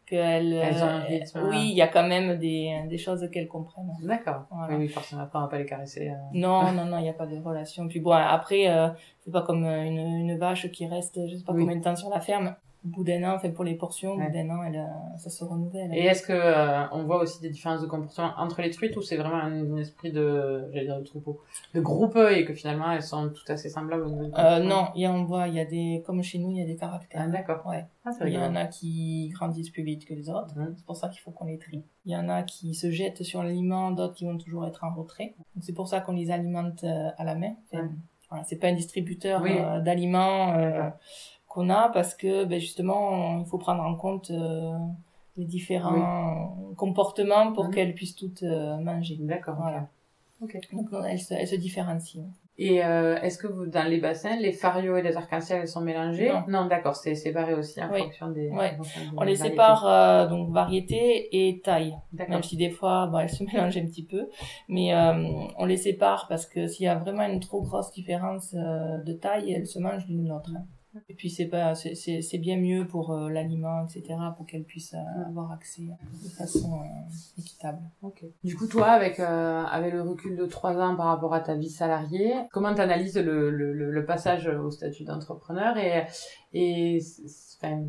qu'elles. Elles ont un euh, rythme, oui, il y a quand même des, des choses qu'elles comprennent. D'accord. Voilà. Oui, oui, forcément, après, on va pas les caresser. euh. Non, non, non, il n'y a pas de relation. Puis bon, après, euh, c'est pas comme euh, une, une vache qui reste, je sais pas Oui. combien de temps sur la ferme. Au bout d'un an, enfin pour les portions, au Ouais. bout d'un an, elle, euh, ça se renouvelle. Et est-ce que euh, on voit aussi des différences de comportement entre les truites ou c'est vraiment un, un esprit de, j'allais dire de troupeau, de groupe et que finalement elles sont tout assez semblables au niveau du Euh, comportement non, il y a, on voit, il y a des, comme chez nous, il y a des Ah, caractères. d'accord. Ouais. Ah, c'est Il y rigolo. en a qui grandissent plus vite que les autres. Mhm. C'est pour ça qu'il faut qu'on les trie. Il y en a qui se jettent sur l'aliment, d'autres qui vont toujours être en retrait. Donc, C'est pour ça qu'on les alimente euh, à la main. Enfin, Ouais. voilà, c'est pas un distributeur Oui. euh, d'aliments euh, qu'on a parce que ben, justement, il faut prendre en compte euh, les différents comportements pour Mhm. qu'elles puissent toutes euh, manger. D'accord. Voilà. Ok. Donc on- elles se, elles se différencient. Et euh, est-ce que vous, dans les bassins, les farios et les arc-en-ciel elles sont mélangés Non. d'accord, c'est séparé aussi en Oui. fonction des. Ouais. en fonction des On les variétés. sépare euh, donc variété et taille. D'accord. Même si des fois, bon, elles se mélangent un petit peu, mais euh, on les sépare parce que s'il y a vraiment une trop grosse différence euh, de taille, elles se mangent l'une l'autre. hein. Et puis c'est pas, c'est- c'est c'est bien mieux pour euh, l'aliment, etc., pour qu'elles puissent euh, avoir accès de façon euh, équitable. Ok. Du coup, toi, avec euh, avec le recul de trois ans par rapport à ta vie salariée, comment t'analyses le, le, le, le passage au statut d'entrepreneur et et c- c- enfin,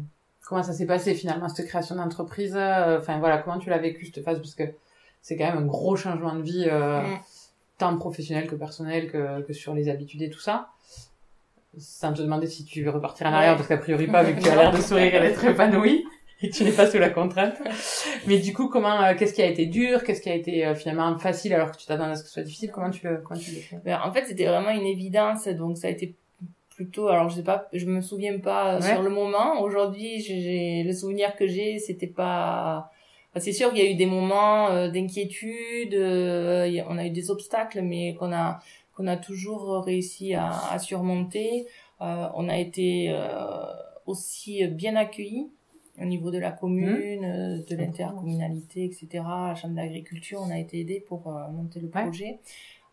comment ça s'est passé finalement cette création d'entreprise euh, Enfin voilà, comment tu l'as vécu cette phase parce que c'est quand même un gros changement de vie, euh, Mm. tant professionnel que personnel que que sur les habitudes et tout ça. Sans te demander si tu veux repartir en Ouais. arrière parce qu'a priori pas vu que tu as l'air de sourire et d'être épanoui et que tu n'es pas sous la contrainte. Mais du coup, comment, euh, qu'est-ce qui a été dur, qu'est-ce qui a été euh, finalement facile alors que tu t'attendais à ce que ce soit difficile Comment tu le, comment tu le fais Ben, en fait, c'était vraiment une évidence, donc ça a été plutôt, alors je sais pas, je me souviens pas euh, Ouais. sur le moment. Aujourd'hui, j'ai- j'ai le souvenir que j'ai, c'était pas. enfin, C'est sûr qu'il y a eu des moments euh, d'inquiétude, euh, il y a- on a eu des obstacles, mais qu'on a qu'on a toujours réussi à, à surmonter. Euh, on a été euh, aussi bien accueillis au niveau de la Mmh. commune, euh, de l'intercommunalité, etc. La chambre d'agriculture, on a été aidés pour euh, monter le Ouais. projet.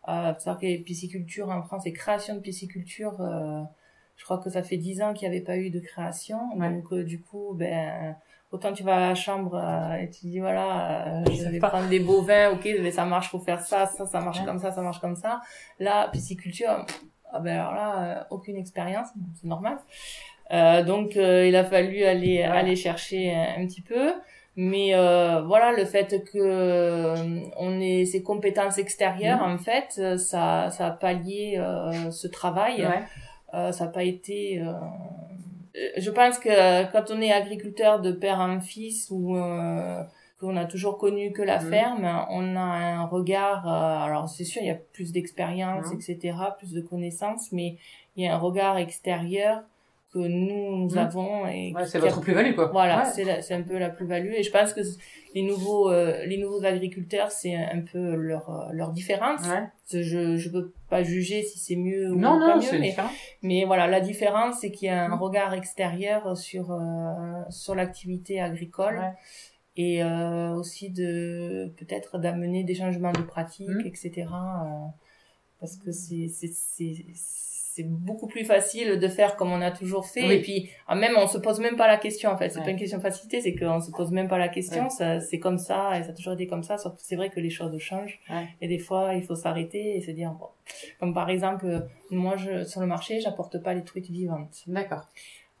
Euh, faut savoir que les pisciculture en France et création de pisciculture, euh, je crois que ça fait 10 ans qu'il n'y avait pas eu de création. Ouais. Donc, euh, du coup, ben, autant tu vas à la chambre euh, et tu dis, voilà, euh, Ils je savent vais pas. prendre des bovins, ok, mais ça marche, faut faire ça, ça, ça marche Ouais. comme ça, ça marche comme ça. Là, pisciculture, ah ben alors là, euh, aucune expérience, c'est normal. Euh, donc, euh, il a fallu aller, Voilà. aller chercher un, un petit peu. Mais euh, voilà, le fait que euh, on ait ces compétences extérieures, en fait, euh, ça, ça a pallié euh, ce travail. Ouais. Euh, ça n'a pas été. euh, euh, Je pense que quand on est agriculteur de père en fils ou euh, qu'on a toujours connu que la Mhm. ferme, on a un regard. euh, alors c'est sûr, il y a plus d'expérience, Mhm. etc., plus de connaissances, mais il y a un regard extérieur que nous, nous Mhm. avons et Ouais, c'est qui a votre plus-value quoi. voilà, Ouais. c'est la- c'est un peu la plus-value et je pense que c- les nouveaux euh, les nouveaux agriculteurs, c'est un peu leur euh, leur différence. Ouais. Je je peux pas juger si c'est mieux ou Non, pas non, mieux c'est mais différent. mais voilà, la différence c'est qu'il y a un Mhm. regard extérieur sur euh, sur l'activité agricole Ouais. et euh, aussi de peut-être d'amener des changements de pratiques Mhm. etc. euh, parce que c'est c'est c'est c'est beaucoup plus facile de faire comme on a toujours fait Oui. et puis ah, même on se pose même pas la question en fait c'est Ouais. pas une question de facilité c'est qu'on se pose même pas la question Ouais. ça c'est comme ça et ça a toujours été comme ça sauf que c'est vrai que les choses changent Ouais. et des fois il faut s'arrêter et se dire bon comme par exemple euh, moi je sur le marché j'apporte pas les truites vivantes D'accord.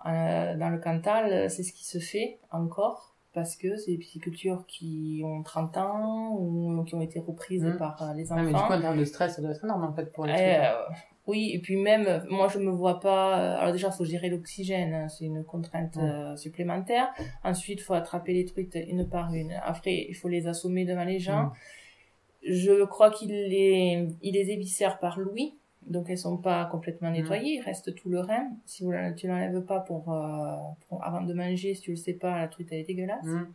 Euh, dans le Cantal euh, c'est ce qui se fait encore parce que c'est des piscicultures qui ont 30 ans ou euh, qui ont été reprises Mhm. par euh, les Ouais, enfants mais du coup, en termes de stress, ça doit être énorme en fait pour les eh, trucs. hein. euh, oui, et puis même, euh, moi je me vois pas. euh, Alors déjà, faut gérer l'oxygène, hein, c'est une contrainte Ouais. euh, supplémentaire. Ensuite, faut attraper les truites une par une. Après, il faut les assommer devant les gens. Mm. Je crois qu'il les, il les éviscère par l'ouïe, donc elles sont pas complètement Mm. nettoyées. Il reste tout le rein. Si vous l'en- tu l'enlèves pas pour, euh, pour avant de manger, si tu le sais pas, la truite elle est dégueulasse. Mm.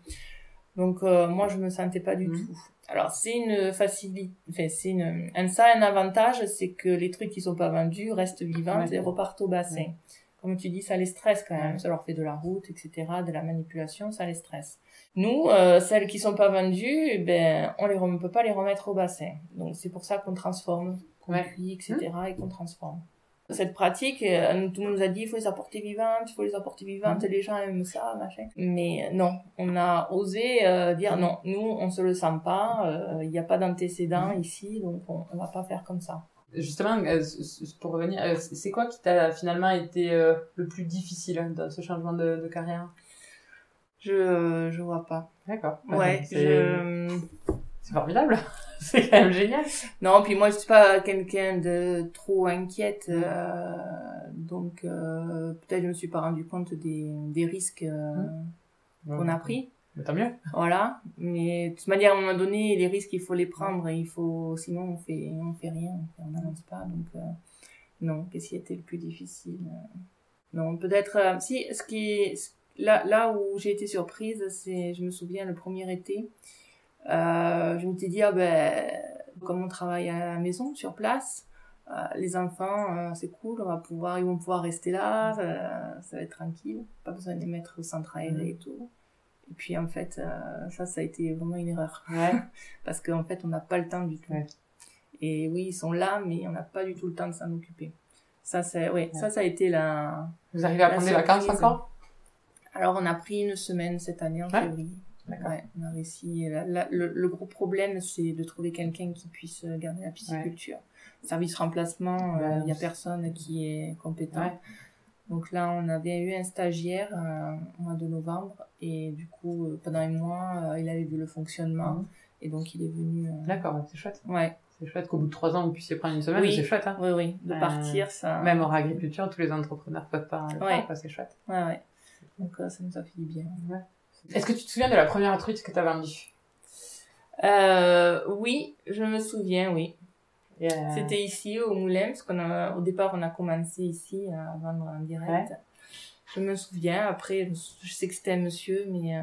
Donc euh, moi je me sentais pas du Mhm. tout. Alors c'est une facilité, enfin c'est une, un ça un avantage, c'est que les trucs qui sont pas vendus restent vivantes Ouais. et repartent au bassin. Ouais. Comme tu dis, ça les stresse quand même. Ouais. Ça leur fait de la route, etc., de la manipulation, ça les stresse. Nous, euh, celles qui sont pas vendues, eh ben on les rem- peut pas les remettre au bassin. Donc c'est pour ça qu'on transforme, qu'on Ouais. Mmh. cuit, etc., et qu'on transforme. Cette pratique, euh, tout le monde nous a dit, il faut les apporter vivantes, il faut les apporter vivantes, les gens aiment ça, machin. Mais euh, non, on a osé euh, dire non, nous on se le sent pas, euh, il n'y a pas d'antécédent ici, donc on, on va pas faire comme ça. Justement, euh, c- c- pour revenir, euh, c- c'est quoi qui t'a finalement été euh, le plus difficile hein, dans ce changement de, de carrière Je je vois pas. D'accord. Ouais, c'est je c'est formidable. c'est quand même génial. non, puis moi je suis pas quelqu'un de trop inquiète, euh, donc euh, peut-être je me suis pas rendu compte des des risques euh, qu'on a pris. Mais tant mieux. Voilà, mais de toute manière, à un moment donné, les risques, il faut les prendre et il faut, sinon, on fait, on fait rien, on fait- on n'avance pas. Donc, euh, non, qu'est-ce qui était le plus difficile Non, peut-être euh, si ce qui ce- là là où j'ai été surprise, c'est je me souviens le premier été, euh, je m'étais dit ah ben comme on travaille à la maison sur place, euh, les enfants euh, c'est cool, on va pouvoir ils vont pouvoir rester là, euh, ça va être tranquille, pas besoin de les mettre au centre aéré et tout. Et puis en fait euh, ça ça a été vraiment une erreur Ouais. parce qu'en fait, on n'a pas le temps du tout. Ouais. Et oui, ils sont là, mais on n'a pas du tout le temps de s'en occuper. Ça, c'est, ouais, ça, ça a été la. Vous arrivez à La prendre des vacances surprise. encore Alors, on a pris une semaine cette année en Ouais. février. D'accord. Ouais, on a réussi. La- la- le, le gros problème, c'est de trouver quelqu'un qui puisse garder la pisciculture. Service remplacement, Bah, il n'y a non, personne qui est compétent. Ouais. Donc là, on avait eu un stagiaire euh, au mois de novembre et du coup, euh, pendant un mois, euh, il avait vu le fonctionnement Mhm. et donc il est venu. euh, D'accord, ouais, c'est chouette. Ouais, C'est chouette qu'au bout de trois ans, vous puissiez prendre une semaine, Oui. c'est chouette. Hein. Oui, oui, de Euh, partir, ça. Même hors agriculture, tous les entrepreneurs peuvent pas le Ouais. faire, quoi, c'est chouette. Ouais, ouais. Donc, euh, ça nous a fait du bien. Est-ce que tu te souviens de la première truite que tu as vendue Euh, oui, je me souviens, oui. Et, euh, C'était ici, au Moulin, parce qu'on a, au départ, on a commencé ici à vendre en direct. Je me souviens, après, je me sou- je sais que c'était un monsieur, mais euh,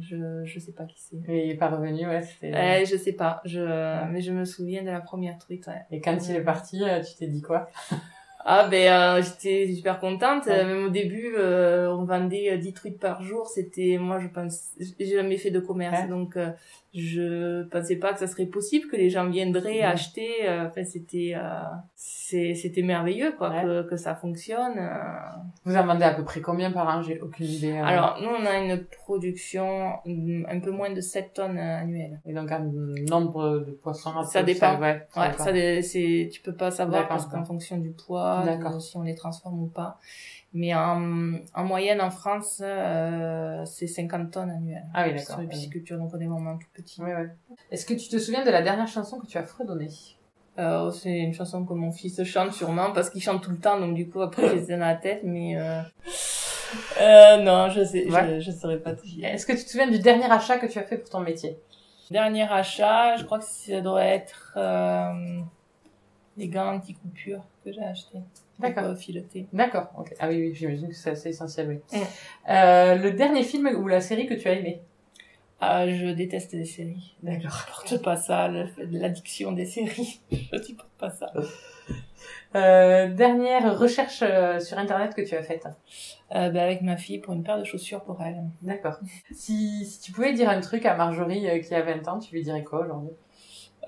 je, je sais pas qui c'est. Et il est pas revenu, ouais. c'était- Euh, je sais pas, je, mais je me souviens de la première truite, ouais. Et quand il est parti, euh, tu t'es dit quoi Ah ben euh, j'étais super contente. Ouais. Euh, Même au début, euh, on vendait euh, 10 trucs par jour. C'était moi je pense, j'ai jamais fait de commerce, Ouais. donc euh, je pensais pas que ça serait possible que les gens viendraient Mhm. acheter. euh, Enfin c'était euh, c'est- c'était merveilleux quoi Ouais. que, que ça fonctionne. euh. Vous en vendez à peu près combien par an J'ai aucune idée. euh. Alors nous on a une production mm, un peu moins de 7 tonnes euh, annuelles. Et donc, un nombre de poissons à Ça peu près, dépend. Ouais, Ouais, dépend. ça des- c'est tu peux pas savoir D'accord. parce qu'en fonction du poids, D'accord. de- si on les transforme ou pas. Mais en, en moyenne en France, euh, c'est 50 tonnes annuelles Ah oui, sur d'accord. les Ouais. piscicultures, donc on est vraiment tout petit. Ouais, ouais. Est-ce que tu te souviens de la dernière chanson que tu as fredonnée Euh, c'est une chanson que mon fils chante sûrement parce qu'il chante tout le temps, donc du coup après j'ai ça dans la tête, mais euh... euh, non, je sais, Ouais. je, je saurais pas te dire. Est-ce que tu te souviens du dernier achat que tu as fait pour ton métier Dernier achat, je crois que ça doit être euh, des gants anti-coupures que j'ai acheté. D'accord. Fileté. D'accord, ok. Ah oui, oui j'imagine que c'est assez essentiel, oui. Mm. Euh, le dernier film ou la série que tu as aimé Ah, je déteste les séries. D'accord. Je supporte pas ça, le fait de l'addiction des séries. Je supporte pas ça. Euh, dernière recherche euh, sur Internet que tu as faite Euh, ben, avec ma fille pour une paire de chaussures pour elle. D'accord. si, si tu pouvais dire un truc à Marjorie euh, qui a 20 ans, tu lui dirais quoi aujourd'hui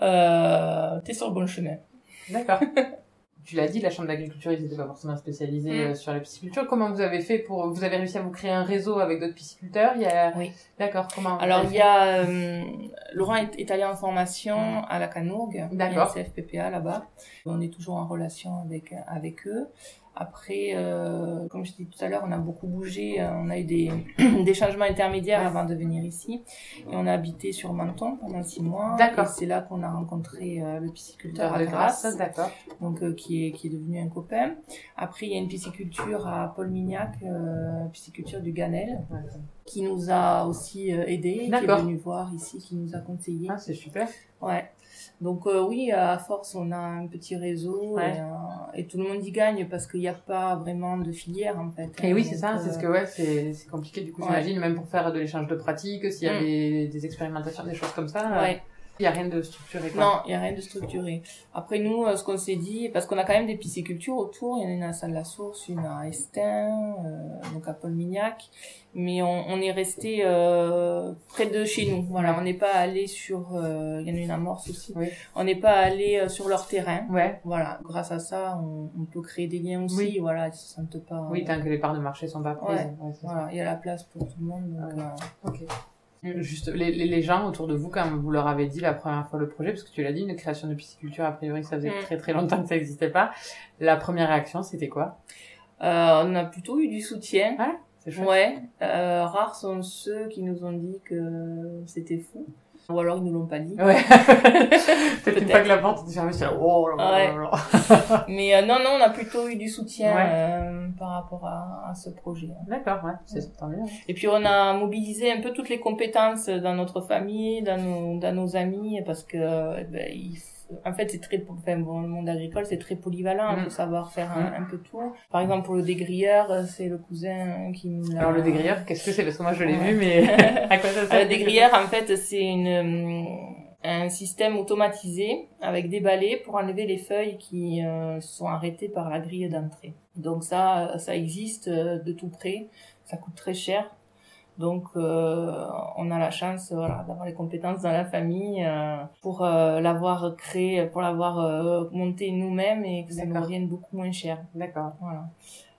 Euh, t'es sur le bon chemin. D'accord. tu l'as dit, la chambre d'agriculture, ils n'étaient pas forcément spécialisés Mm. euh, sur la pisciculture. Comment vous avez fait pour... Vous avez réussi à vous créer un réseau avec d'autres pisciculteurs Il y a... Oui. D'accord, comment Alors, il y a... euh, Laurent est, est allé en formation à la Canourgue, il y a D'accord. le CFPPA là-bas. On est toujours en relation avec, euh, avec eux. Après, euh, comme je dis tout à l'heure, on a beaucoup bougé. euh, On a eu des, des changements intermédiaires Ouais. avant de venir ici. Et on a habité sur Menton pendant six mois. D'accord. Et c'est là qu'on a rencontré euh, le pisciculteur Terre à de grâce, Grasse. d'accord. donc euh, qui, est, qui est devenu un copain. Après, il y a une pisciculture à Paul Mignac, euh, pisciculture du Ganel, Ouais. qui nous a aussi euh, aidés, qui est D'accord. venu voir ici, qui nous a conseillé. Ah, c'est super. Ouais. Donc euh, oui, à force, on a un petit réseau Ouais. et, euh, et tout le monde y gagne parce qu'il n'y a pas vraiment de filière en fait. Et oui, Donc, c'est ça, c'est ce que euh, ouais, c'est c'est compliqué du coup, Ouais. j'imagine, même pour faire de l'échange de pratiques, s'il y a Mm. des, des expérimentations, des choses comme ça, euh, Ouais. il n'y a rien de structuré. Quoi. Non, il n'y a rien de structuré. Après, nous, euh, ce qu'on s'est dit, parce qu'on a quand même des piscicultures autour, il y en a une à Salle la Source, une à Estin, euh, donc à Paul Mignac, mais on, on est resté euh, près de chez nous. Voilà, on n'est pas allé sur. euh, Il y en a une à Morse aussi. Oui. On n'est pas allé euh, sur leur terrain. Ouais, Voilà, grâce à ça, on, on peut créer des liens aussi. Oui. Voilà, ils se sentent pas. oui, tant que les parts de marché sont pas prises. Ouais. ouais, c'est ça. voilà, il y a la place pour tout le monde. donc, Ouais. euh, Ok. Mm, Juste, les, les, les gens autour de vous, quand vous leur avez dit la première fois le projet, parce que tu l'as dit, une création de pisciculture, a priori, ça faisait Mm. très très longtemps que ça n'existait pas, la première réaction, c'était quoi euh, on a plutôt eu du soutien. C'est chouette. Ouais, euh, rares sont ceux qui nous ont dit que c'était fou. Ou alors ils nous l'ont pas dit. Ouais. Peut-être une Peut-être. fois que la porte était fermée, c'est là, oh là là là là. Mais euh, non, non, on a plutôt eu du soutien Ah. Ouais. euh, par rapport à, à ce projet. D'accord, ouais, c'est tant mieux. Et puis on a mobilisé un peu toutes les compétences dans notre famille, dans nos, dans nos amis, parce que euh, ben, il, f- en fait, c'est très, enfin, bon, le monde agricole, c'est très polyvalent. Il Mm. faut savoir faire un, Mm. un peu tout. Par exemple, pour le dégrilleur, euh, c'est le cousin qui me l'a- Alors le dégrilleur, qu'est-ce que c'est Parce que moi je l'ai Ouais. vu, mais à quoi ça sert Euh, des grillères, en fait, c'est une, euh, un système automatisé avec des balais pour enlever les feuilles qui euh, sont arrêtées par la grille d'entrée. Donc ça, euh, ça existe euh, de tout près. Ça coûte très cher. Donc euh, on a la chance euh, voilà, d'avoir les compétences dans la famille euh, pour euh, l'avoir créé, pour l'avoir euh, monté nous-mêmes et que ça nous D'accord. revienne beaucoup moins cher. D'accord. Voilà.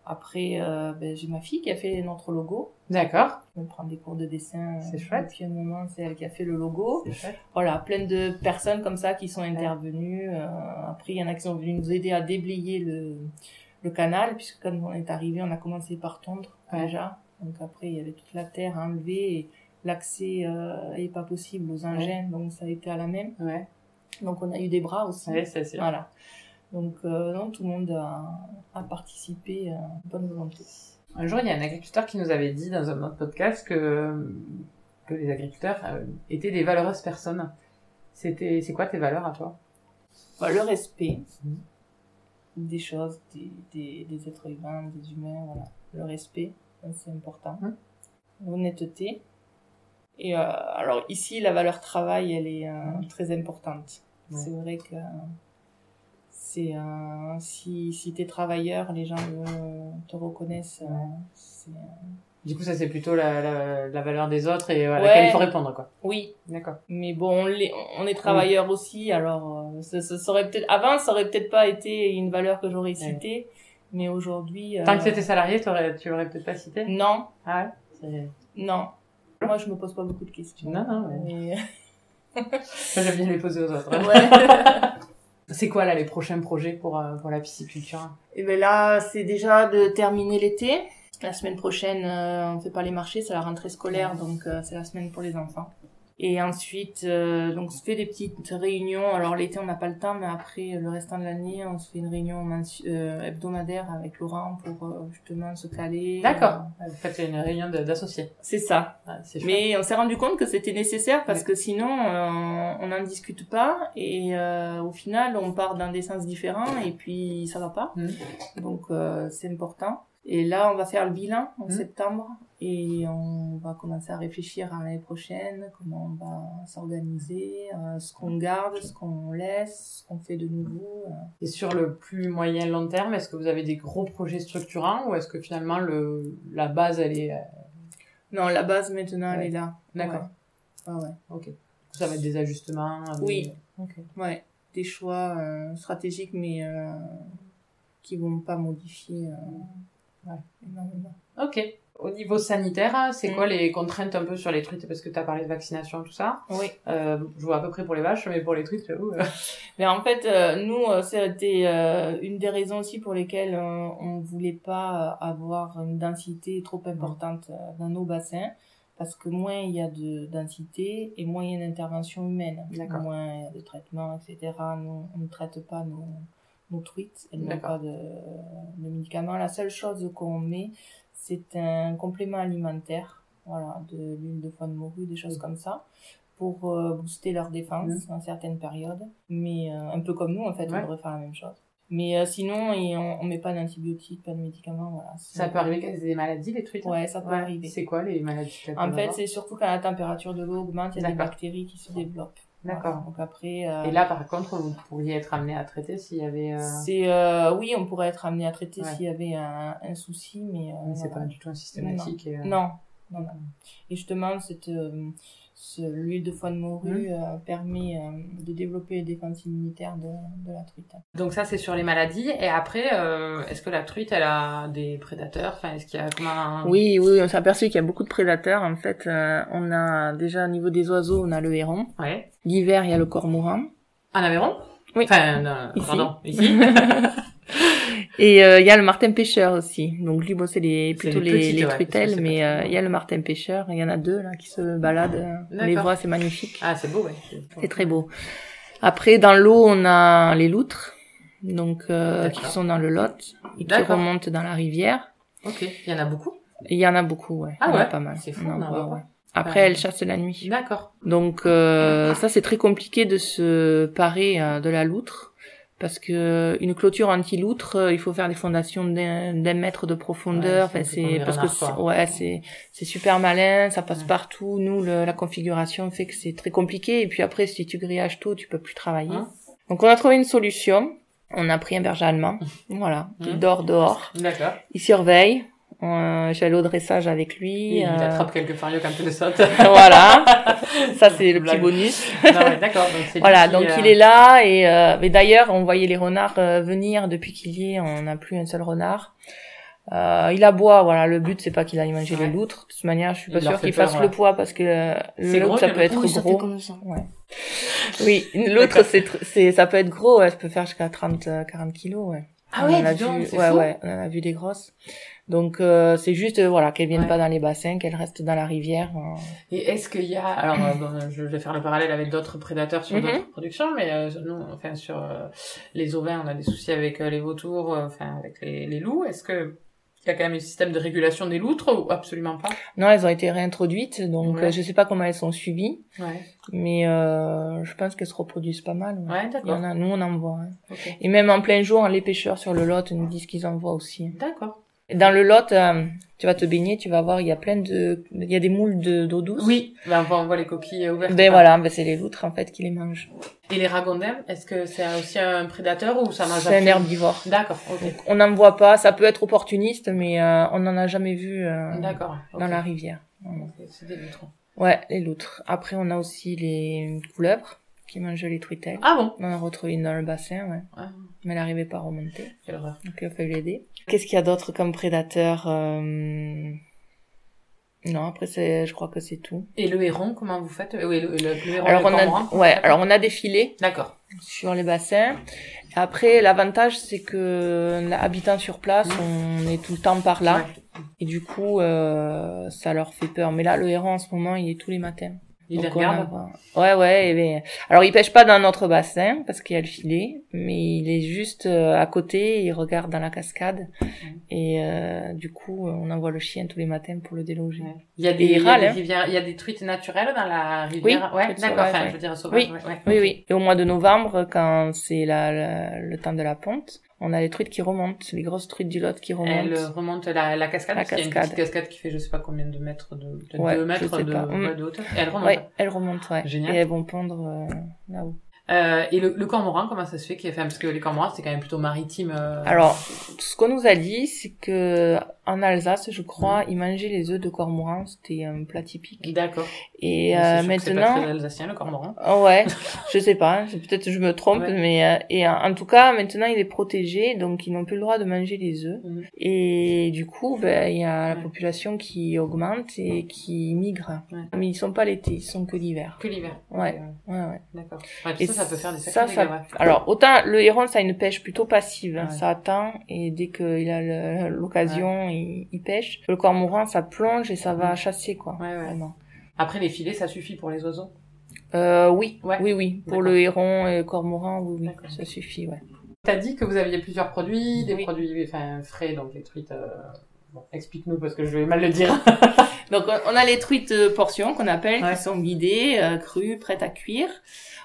Après, euh, ben, j'ai ma fille qui a fait notre logo. D'accord. On prend des cours de dessin. euh, C'est chouette. Depuis un moment, c'est elle qui a fait le logo. C'est chouette. Voilà, plein de personnes comme ça qui sont intervenues. Euh, après, il y en a qui sont venus nous aider à déblayer le, le canal, puisque quand on est arrivé, on a commencé par tondre Ouais. déjà. Donc après, il y avait toute la terre à enlever et l'accès euh, est pas possible aux engins, donc ça a été à la même. Ouais. Donc on a eu des bras aussi. Ouais, c'est sûr. Voilà. Donc euh, non, tout le monde a, a participé, euh, bonne volonté. Un jour, il y a un agriculteur qui nous avait dit dans un autre podcast que, que les agriculteurs euh, étaient des valeureuses personnes. C'était, c'est quoi tes valeurs à toi Bah, le respect Mhm. des choses, des, des, des êtres humains, des humains, voilà. Le respect, ça, c'est important. Mhm. L'honnêteté. Et euh, alors ici, la valeur travail, elle est euh, très importante. Mhm. Ouais. C'est vrai que c'est euh, si, si tu es travailleur, les gens euh, te reconnaissent. euh, c'est- Du coup, ça c'est plutôt la, la, la valeur des autres et à Ouais. laquelle il faut répondre, quoi. Oui, D'accord. Mais bon, on, l'est- on est travailleurs aussi, alors euh, ça, ça- ça aurait peut-être avant, ça aurait peut-être pas été une valeur que j'aurais citée, mais aujourd'hui. euh, Mm. Tant que t'étais salarié, t'aurais, tu l'aurais peut-être pas cité. Non, Ah ouais. C'est- non. Moi, je me pose pas beaucoup de questions. Non, non, ouais. Mais- Ça, j'aime bien les poser aux autres. hein. C'est quoi là les prochains projets pour euh, pour la pisciculture Et ben là, c'est déjà de terminer l'été. La semaine prochaine, euh, on fait pas les marchés, c'est la rentrée scolaire, donc euh, c'est la semaine pour les enfants. Et ensuite, euh, donc on se fait des petites réunions. Alors l'été, on n'a pas le temps, mais après le restant de l'année, on se fait une réunion mensu- euh, hebdomadaire avec Laurent pour euh, justement se caler. D'accord. Euh, Vous faites une réunion de- d'associés. c'est ça. Ah, c'est chouette. Mais on s'est rendu compte que c'était nécessaire parce Ouais. que sinon euh, on n'en discute pas et euh, au final on part dans des sens différents et puis ça va pas. Mhm. Donc euh, c'est important. Et là on va faire le bilan en Mhm. septembre et on va commencer à réfléchir à l'année prochaine, comment on va s'organiser, euh, ce qu'on garde, ce qu'on laisse, ce qu'on fait de nouveau. euh. Et sur le plus moyen long terme, est-ce que vous avez des gros projets structurants ou est-ce que finalement le la base elle est euh, Non, la base maintenant elle est là. Ah d'accord Ouais. Ouais, ouais. Ça va être des ajustements. euh, Oui. Ok. Ouais, des choix euh, stratégiques, mais euh, qui vont pas modifier euh, Ouais. énormément. Ok. Au niveau sanitaire, c'est Mm. quoi les contraintes un peu sur les truites Parce que tu as parlé de vaccination, tout ça. Oui. Euh, je vois à peu près pour les vaches, mais pour les truites, j'avoue. euh, Mais en fait, euh, nous, euh, c'était euh, une des raisons aussi pour lesquelles euh, on voulait pas euh, avoir une densité trop importante euh, dans nos bassins. Parce que moins il y a de densité et moins il y a d'intervention humaine. D'accord. Moins il y a de traitement, etc. Nous, on ne traite pas nos, nos truites. Elles n'ont D'accord. pas de, de médicaments. La seule chose qu'on met, c'est un complément alimentaire. Voilà, de l'huile de foie de morue, des Mm. choses comme ça pour euh, booster leur défense à certaines périodes. Mais euh, un peu comme nous, en fait, Ouais. on devrait faire la même chose. Mais euh, sinon, et on, on met pas d'antibiotiques, pas de médicaments, voilà. C'est- Ça peut arriver qu'elles aient des maladies, les truites. Ouais, ça peut Ouais. arriver. C'est quoi les maladies qu'elles En peuvent fait, avoir c'est surtout quand la température de l'eau augmente, il y a des D'accord. bactéries qui se développent. Voilà. D'accord. Donc après, euh, Et là, par contre, vous pourriez être amené à traiter s'il y avait. euh, c'est euh, oui, on pourrait être amené à traiter Ouais. s'il y avait un, un souci, mais, euh, Mais c'est voilà. pas du tout un systématique. et, euh, Non, non, non. Et justement, cette, euh, ce- l'huile de foie de Mmh. morue euh, permet euh, de développer les défenses immunitaires de, de la truite. Donc ça, c'est sur les maladies. Et après, euh, est-ce que la truite, elle a des prédateurs Enfin, est-ce qu'il y a comme un... Ah Oui, oui, on s'est aperçu qu'il y a beaucoup de prédateurs. En fait, Euh, on a déjà au niveau des oiseaux, on a le héron. Ouais. L'hiver, il y a le cormoran. Un Aveyron Oui. Enfin, non, Ici. pardon, ici. Et euh, il y a le martin pêcheur aussi. Donc lui, bon, c'est les, C'est plutôt les les, petites, les ouais, parce que truitelles, c'est mais pas euh, très il y a le martin pêcheur. Il y en a deux là qui se baladent. On les D'accord. voit, c'est magnifique. Ah, c'est beau, ouais. C'est très beau. Après, dans l'eau, on a les loutres, donc euh, qui D'accord. sont dans le Lot et qui D'accord. remontent dans la rivière. Ok, il y en a beaucoup Et Il y en a beaucoup, ouais. Ah Il y en a ouais pas mal. C'est fou, On en on en voit, voit ouais. Après, Ouais. elle chasse la nuit. D'accord. Donc euh, ça, c'est très compliqué de se parer euh, de la loutre. Parce que une clôture anti-loutre, euh, il faut faire des fondations d'un d'un mètre de Ouais, profondeur. c'est enfin, un peu c'est comme parce les que renards, c'est- ouais, c'est c'est super malin, ça passe Ouais. partout. Nous, le- la configuration fait que c'est très compliqué. Et puis après, si tu grillages tôt, tu peux plus travailler. Hein. Donc on a trouvé une solution. On a pris un berger allemand, voilà, qui Hein. dort dehors. D'accord. Il surveille. Euh, J'allais au dressage avec lui. Et il euh, attrape quelques farios quand il le saute. voilà, ça c'est le petit Blague. bonus. Non, ouais, d'accord. Donc c'est lui Voilà, qui, donc euh, il est là et euh, mais d'ailleurs on voyait les renards euh, venir depuis qu'il y est, on n'a plus un seul renard. Euh, il aboie, voilà. Le but c'est pas qu'il aille manger Ouais. le loutre. De toute manière, je suis Il pas leur sûre fait qu'il peur, fasse ouais. le poids parce que euh, C'est le gros, loutre ça le peut être Oui, ça fait gros. comme ça. Oui, l'autre c'est tr- c'est ça peut être gros, ouais, ça peut faire jusqu'à 30 euh, 40 kilos, ouais. Ah On ouais, en a dis donc, vu- c'est ouais, fou. ouais, on en a vu des grosses. Donc euh, c'est juste euh, voilà qu'elles viennent Ouais. pas dans les bassins, qu'elles restent dans la rivière. euh, Et est-ce qu'il y a alors euh, bon, je vais faire le parallèle avec d'autres prédateurs sur Mhm. d'autres productions, mais euh, nous enfin sur euh, les ovins on a des soucis avec euh, les vautours, euh, enfin avec les, les loups. Est-ce que il y a quand même un système de régulation des loutres ou absolument pas Non, elles ont été réintroduites, donc Ouais. euh, je sais pas comment elles sont suivies, Ouais, mais euh, je pense qu'elles se reproduisent pas mal. ouais. ouais Il y d'accord. en a, nous on en voit. hein. Ok. Et même en plein jour, les pêcheurs sur le Lot nous disent qu'ils en voient aussi. D'accord. Dans le Lot, euh, tu vas te baigner, tu vas voir, il y a plein de, il y a des moules de- d'eau douce. Oui, ben, on voit- on voit les coquilles ouvertes. Ben voilà, ben c'est les loutres en fait qui les mangent. Et les ragondins, est-ce que c'est aussi un prédateur ou ça mange C'est un absolument- herbivore. D'accord, ok. On n'en voit pas, ça peut être opportuniste, mais euh, on n'en a jamais vu euh, D'accord. ok. dans la rivière. Ok, C'est des loutres. Ouais, les loutres. Après, on a aussi les coulèbres qui mangent les truitelles. Ah bon On en a retrouvé une dans le bassin, ouais. Ah. Mais elle n'arrivait pas à remonter, Quelle horreur. donc il a fallu l'aider. Qu'est-ce qu'il y a d'autre comme prédateur euh, Non, après, c'est, je crois que c'est tout. Et le héron, comment vous faites Euh, Oui, le, le- le héron. Alors le hein. on, cormoran. a, ouais, alors, on a des filets D'accord. sur les bassins. Après, l'avantage, c'est que habitant sur place, on est tout le temps par là. Mmh. Ouais. Et du coup, euh, ça leur fait peur. Mais là, le héron, en ce moment, il est tous les matins. Il les Donc, on regarde. a- Ouais, ouais. et ben- Alors, il pêche pas dans notre bassin parce qu'il y a le filet, mais il est juste euh, à côté, il regarde dans la cascade. Et euh, du coup, on envoie le chien tous les matins pour le déloger. Ouais. Il y a des, Et il il y a râle, des hein. rivières- il y a des truites naturelles dans la rivière. truites ouais, d'accord. sauvages, Enfin, ouais. je veux dire sauvages. ouais, ouais. Oui, oui. Et au mois de novembre, quand c'est la, la- le temps de la ponte, on a les truites qui remontent, les grosses truites du Lot qui Elle remontent. remonte la, la cascade. La parce qu'il y a une cascade. petite cascade qui fait je sais pas combien de mètres de, peut-être Ouais, deux je mètres sais de, pas. Mm. ouais, de hauteur. Et elle remonte. Ouais, elles remontent, ouais. Génial. Et elles vont pondre euh, là-haut. Euh, et le, le cormoran, comment ça se fait qu'il enfin, parce que les cormorans c'est quand même plutôt maritime. euh, Alors, ce qu'on nous a dit, c'est que en Alsace, je crois, ils mangeaient les œufs de cormoran, c'était un plat typique. D'accord. Et Mais euh, c'est sûr que C'est pas maintenant, très alsacien le cormoran. Oh ouais, je sais pas, hein, c'est- peut-être que je me trompe, Ouais. mais euh, et euh, en tout cas maintenant il est protégé, donc ils n'ont plus le droit de manger les œufs. Mhm. Et du coup, ben il y a la Ouais. population qui augmente et qui migre. Ouais. Mais ils sont pas l'été, ils sont que l'hiver. Que l'hiver. Ouais. Euh, Ouais, ouais. D'accord. Ouais, puis Et ça, ça peut faire des ça, sacrés ça- dégâts, ouais. Alors autant le héron ça a une pêche plutôt passive, hein, Ouais. ça attend et dès qu'il a le- l'occasion il, il pêche. Le cormoran ça plonge et ça va Mhm. chasser quoi. Ouais, ouais. Vraiment. Après les filets, ça suffit pour les oiseaux. Euh, oui, Ouais. oui, oui. Pour D'accord. le héron et le cormoran, oui, oui, D'accord. ça suffit, ouais. T'as dit que vous aviez plusieurs produits, des Oui. produits enfin, frais, donc les truites. euh, bon, Explique-nous parce que je vais mal le dire. Donc on on a les truites euh, portions qu'on appelle, Ouais. qui sont guidées, euh, crues, prêtes à cuire.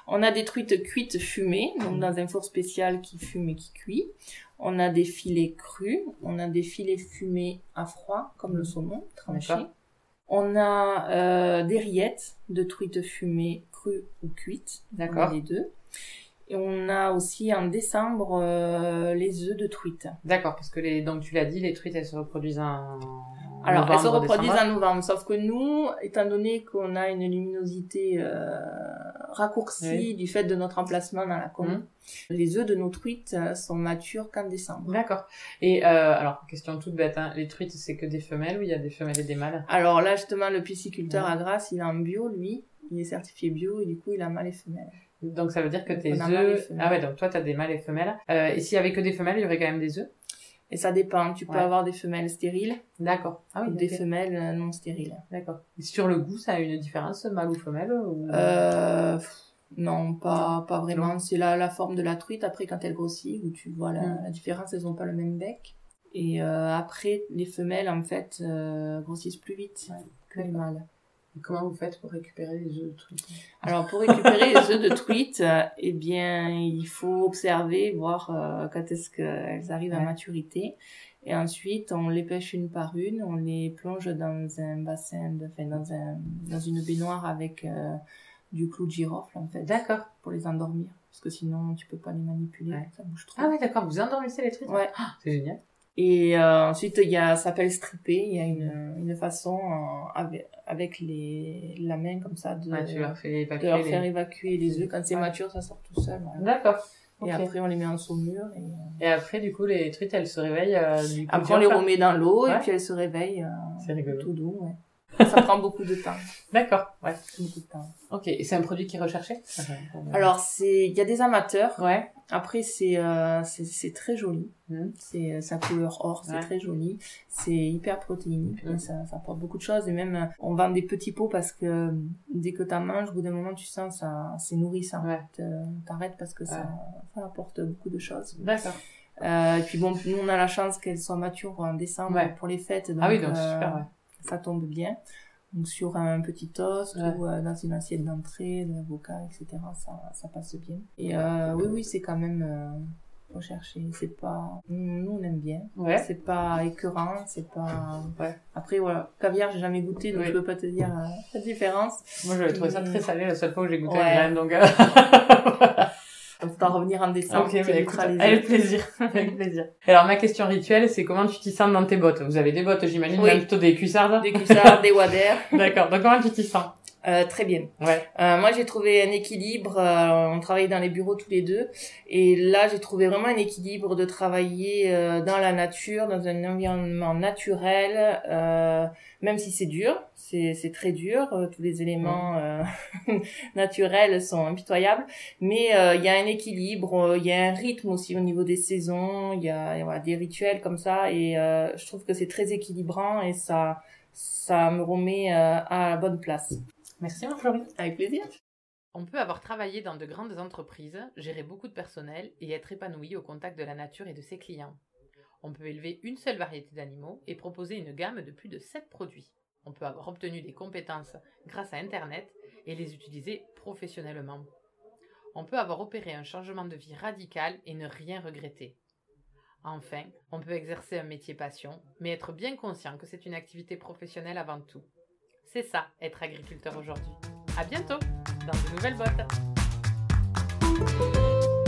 On a des truites cuites fumées, donc dans un four spécial qui fume et qui cuit. On a des filets crus, on a des filets fumés à froid, comme le saumon tranché. D'accord. On a euh, des rillettes de truites fumées crues ou cuites, on a D'accord. les deux. Et on a aussi en décembre euh, les œufs de truite. D'accord, parce que les, donc tu l'as dit, les truites elles se reproduisent en. Alors, elles se novembre, reproduisent décembre. en novembre, sauf que nous, étant donné qu'on a une luminosité euh, raccourcie Oui. Hum. du fait de notre emplacement dans la commune, les œufs de nos truites euh, sont matures qu'en décembre. D'accord. Et euh, alors, question toute bête, hein, les truites c'est que des femelles ou il y a des femelles et des mâles Alors là, justement, le pisciculteur Ouais. à Grasse, il est en bio, lui. Il est certifié bio et du coup, il a mâle et femelle. Donc ça veut dire que Donc, tes on a mâles et œufs. femelles. Ah ouais, donc toi t'as des mâles et femelles. Euh, et s'il y avait que des femelles, il y aurait quand même des œufs Et ça dépend, tu peux Ouais. avoir des femelles stériles D'accord. Ah ou oui, des ok. femelles euh, non stériles. D'accord. Et Sur le goût, ça a une différence, mâle ou femelle ou... Euh, pff, non, pas, pas vraiment. C'est la, la forme de la truite après quand elle grossit, où tu vois la, Mm. la différence, elles ont pas le même bec. Et euh, après, les femelles, en fait, euh, grossissent plus vite que les mâles. Et comment vous faites pour récupérer les œufs de trucs Alors pour récupérer les œufs de truite, euh, eh bien il faut observer, voir euh, quand est-ce qu'elles arrivent à Ouais. maturité. Et ensuite, on les pêche une par une, on les plonge dans un bassin, de, enfin, dans, un, dans une baignoire avec euh, du clou de girofle en fait, D'accord. pour les endormir. Parce que sinon, tu peux pas les manipuler, Ouais. ça bouge trop. Ah ouais, d'accord, vous endormissez les trucs Ouais. Ah, C'est génial. Et euh, ensuite, il y a, ça s'appelle stripper. Il y a une, une façon euh, avec, avec les, la main comme ça de, Ouais, tu leur fais de évacuer leur les- faire évacuer les œufs. Quand c'est Ouais. mature, ça sort tout seul. voilà. D'accord. Et Ok. Et, après... après, on les met en saumure. Et... euh, du coup, les truites, elles se réveillent. euh, du coup, Après, on les enfin, remet dans l'eau Ouais. et puis elles se réveillent euh, C'est rigolo. tout doux. Ouais. ça prend beaucoup de temps. D'accord, ouais. Beaucoup de temps. Ok, et c'est un produit qui est recherché Alors, c'est, il y a des amateurs. Ouais. Après, c'est, euh, c'est, c'est très joli. Mhm. C'est euh, sa couleur or, c'est Ouais. très joli. C'est hyper protéinique. Mhm. et Ça, ça apporte beaucoup de choses. Et même, euh, on vend des petits pots parce que euh, dès que t'en manges, au bout d'un moment, tu sens ça, c'est nourrissant. Ouais. Euh, T'arrêtes parce que ça, ça apporte beaucoup de choses. D'accord. Euh, et puis bon, nous, on a la chance qu'elles soient matures en décembre Ouais. pour les fêtes. Donc, ah oui, donc c'est euh, super, ouais. ça tombe bien. Donc sur un petit toast Ouais. ou euh, dans une assiette d'entrée, de l'avocat, etc. Ça, ça passe bien. Et euh, oui, oui, c'est quand même euh, recherché. C'est pas, nous nous, on aime bien. Ouais. C'est pas écœurant, c'est pas. Ouais. Après voilà, caviar j'ai jamais goûté, donc Oui. je peux pas te dire euh, la différence. Moi, j'avais trouvé ça très salé la seule fois où j'ai goûté Mm. Ouais. la graine, donc... euh, On peut en revenir en décembre. ok, tu mais écoute, goûteras les avec plaisir, avec plaisir. Et alors, ma question rituelle, c'est comment tu t'y sens dans tes bottes Vous avez des bottes, j'imagine, Oui. même plutôt des cuissardes des cuissards, des waders. D'accord, donc comment tu t'y sens Euh, très bien. Ouais. Euh, moi, j'ai trouvé un équilibre. euh, on travaillait dans les bureaux tous les deux. Et là, j'ai trouvé vraiment un équilibre de travailler euh, dans la nature, dans un environnement naturel, euh, même si c'est dur. C'est c'est très dur. euh, tous les éléments euh, naturels sont impitoyables. Mais euh, il y a un équilibre, euh, il y a un rythme aussi au niveau des saisons. Il y a, il y a, voilà, des rituels comme ça. Et euh, je trouve que c'est très équilibrant et ça, ça me remet euh, à la bonne place. Merci, mon Florie. Avec plaisir. On peut avoir travaillé dans de grandes entreprises, gérer beaucoup de personnel et être épanoui au contact de la nature et de ses clients. On peut élever une seule variété d'animaux et proposer une gamme de plus de 7 produits. On peut avoir obtenu des compétences grâce à Internet et les utiliser professionnellement. On peut avoir opéré un changement de vie radical et ne rien regretter. Enfin, on peut exercer un métier passion, mais être bien conscient que c'est une activité professionnelle avant tout. C'est ça, être agriculteur aujourd'hui. À bientôt dans de nouvelles bottes.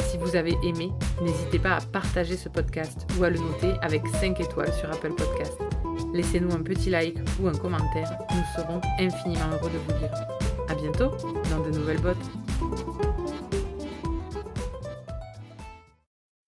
Si vous avez aimé, n'hésitez pas à partager ce podcast ou à le noter avec 5 étoiles sur Apple Podcast. Laissez-nous un petit like ou un commentaire, nous serons infiniment heureux de vous lire. À bientôt dans de nouvelles bottes.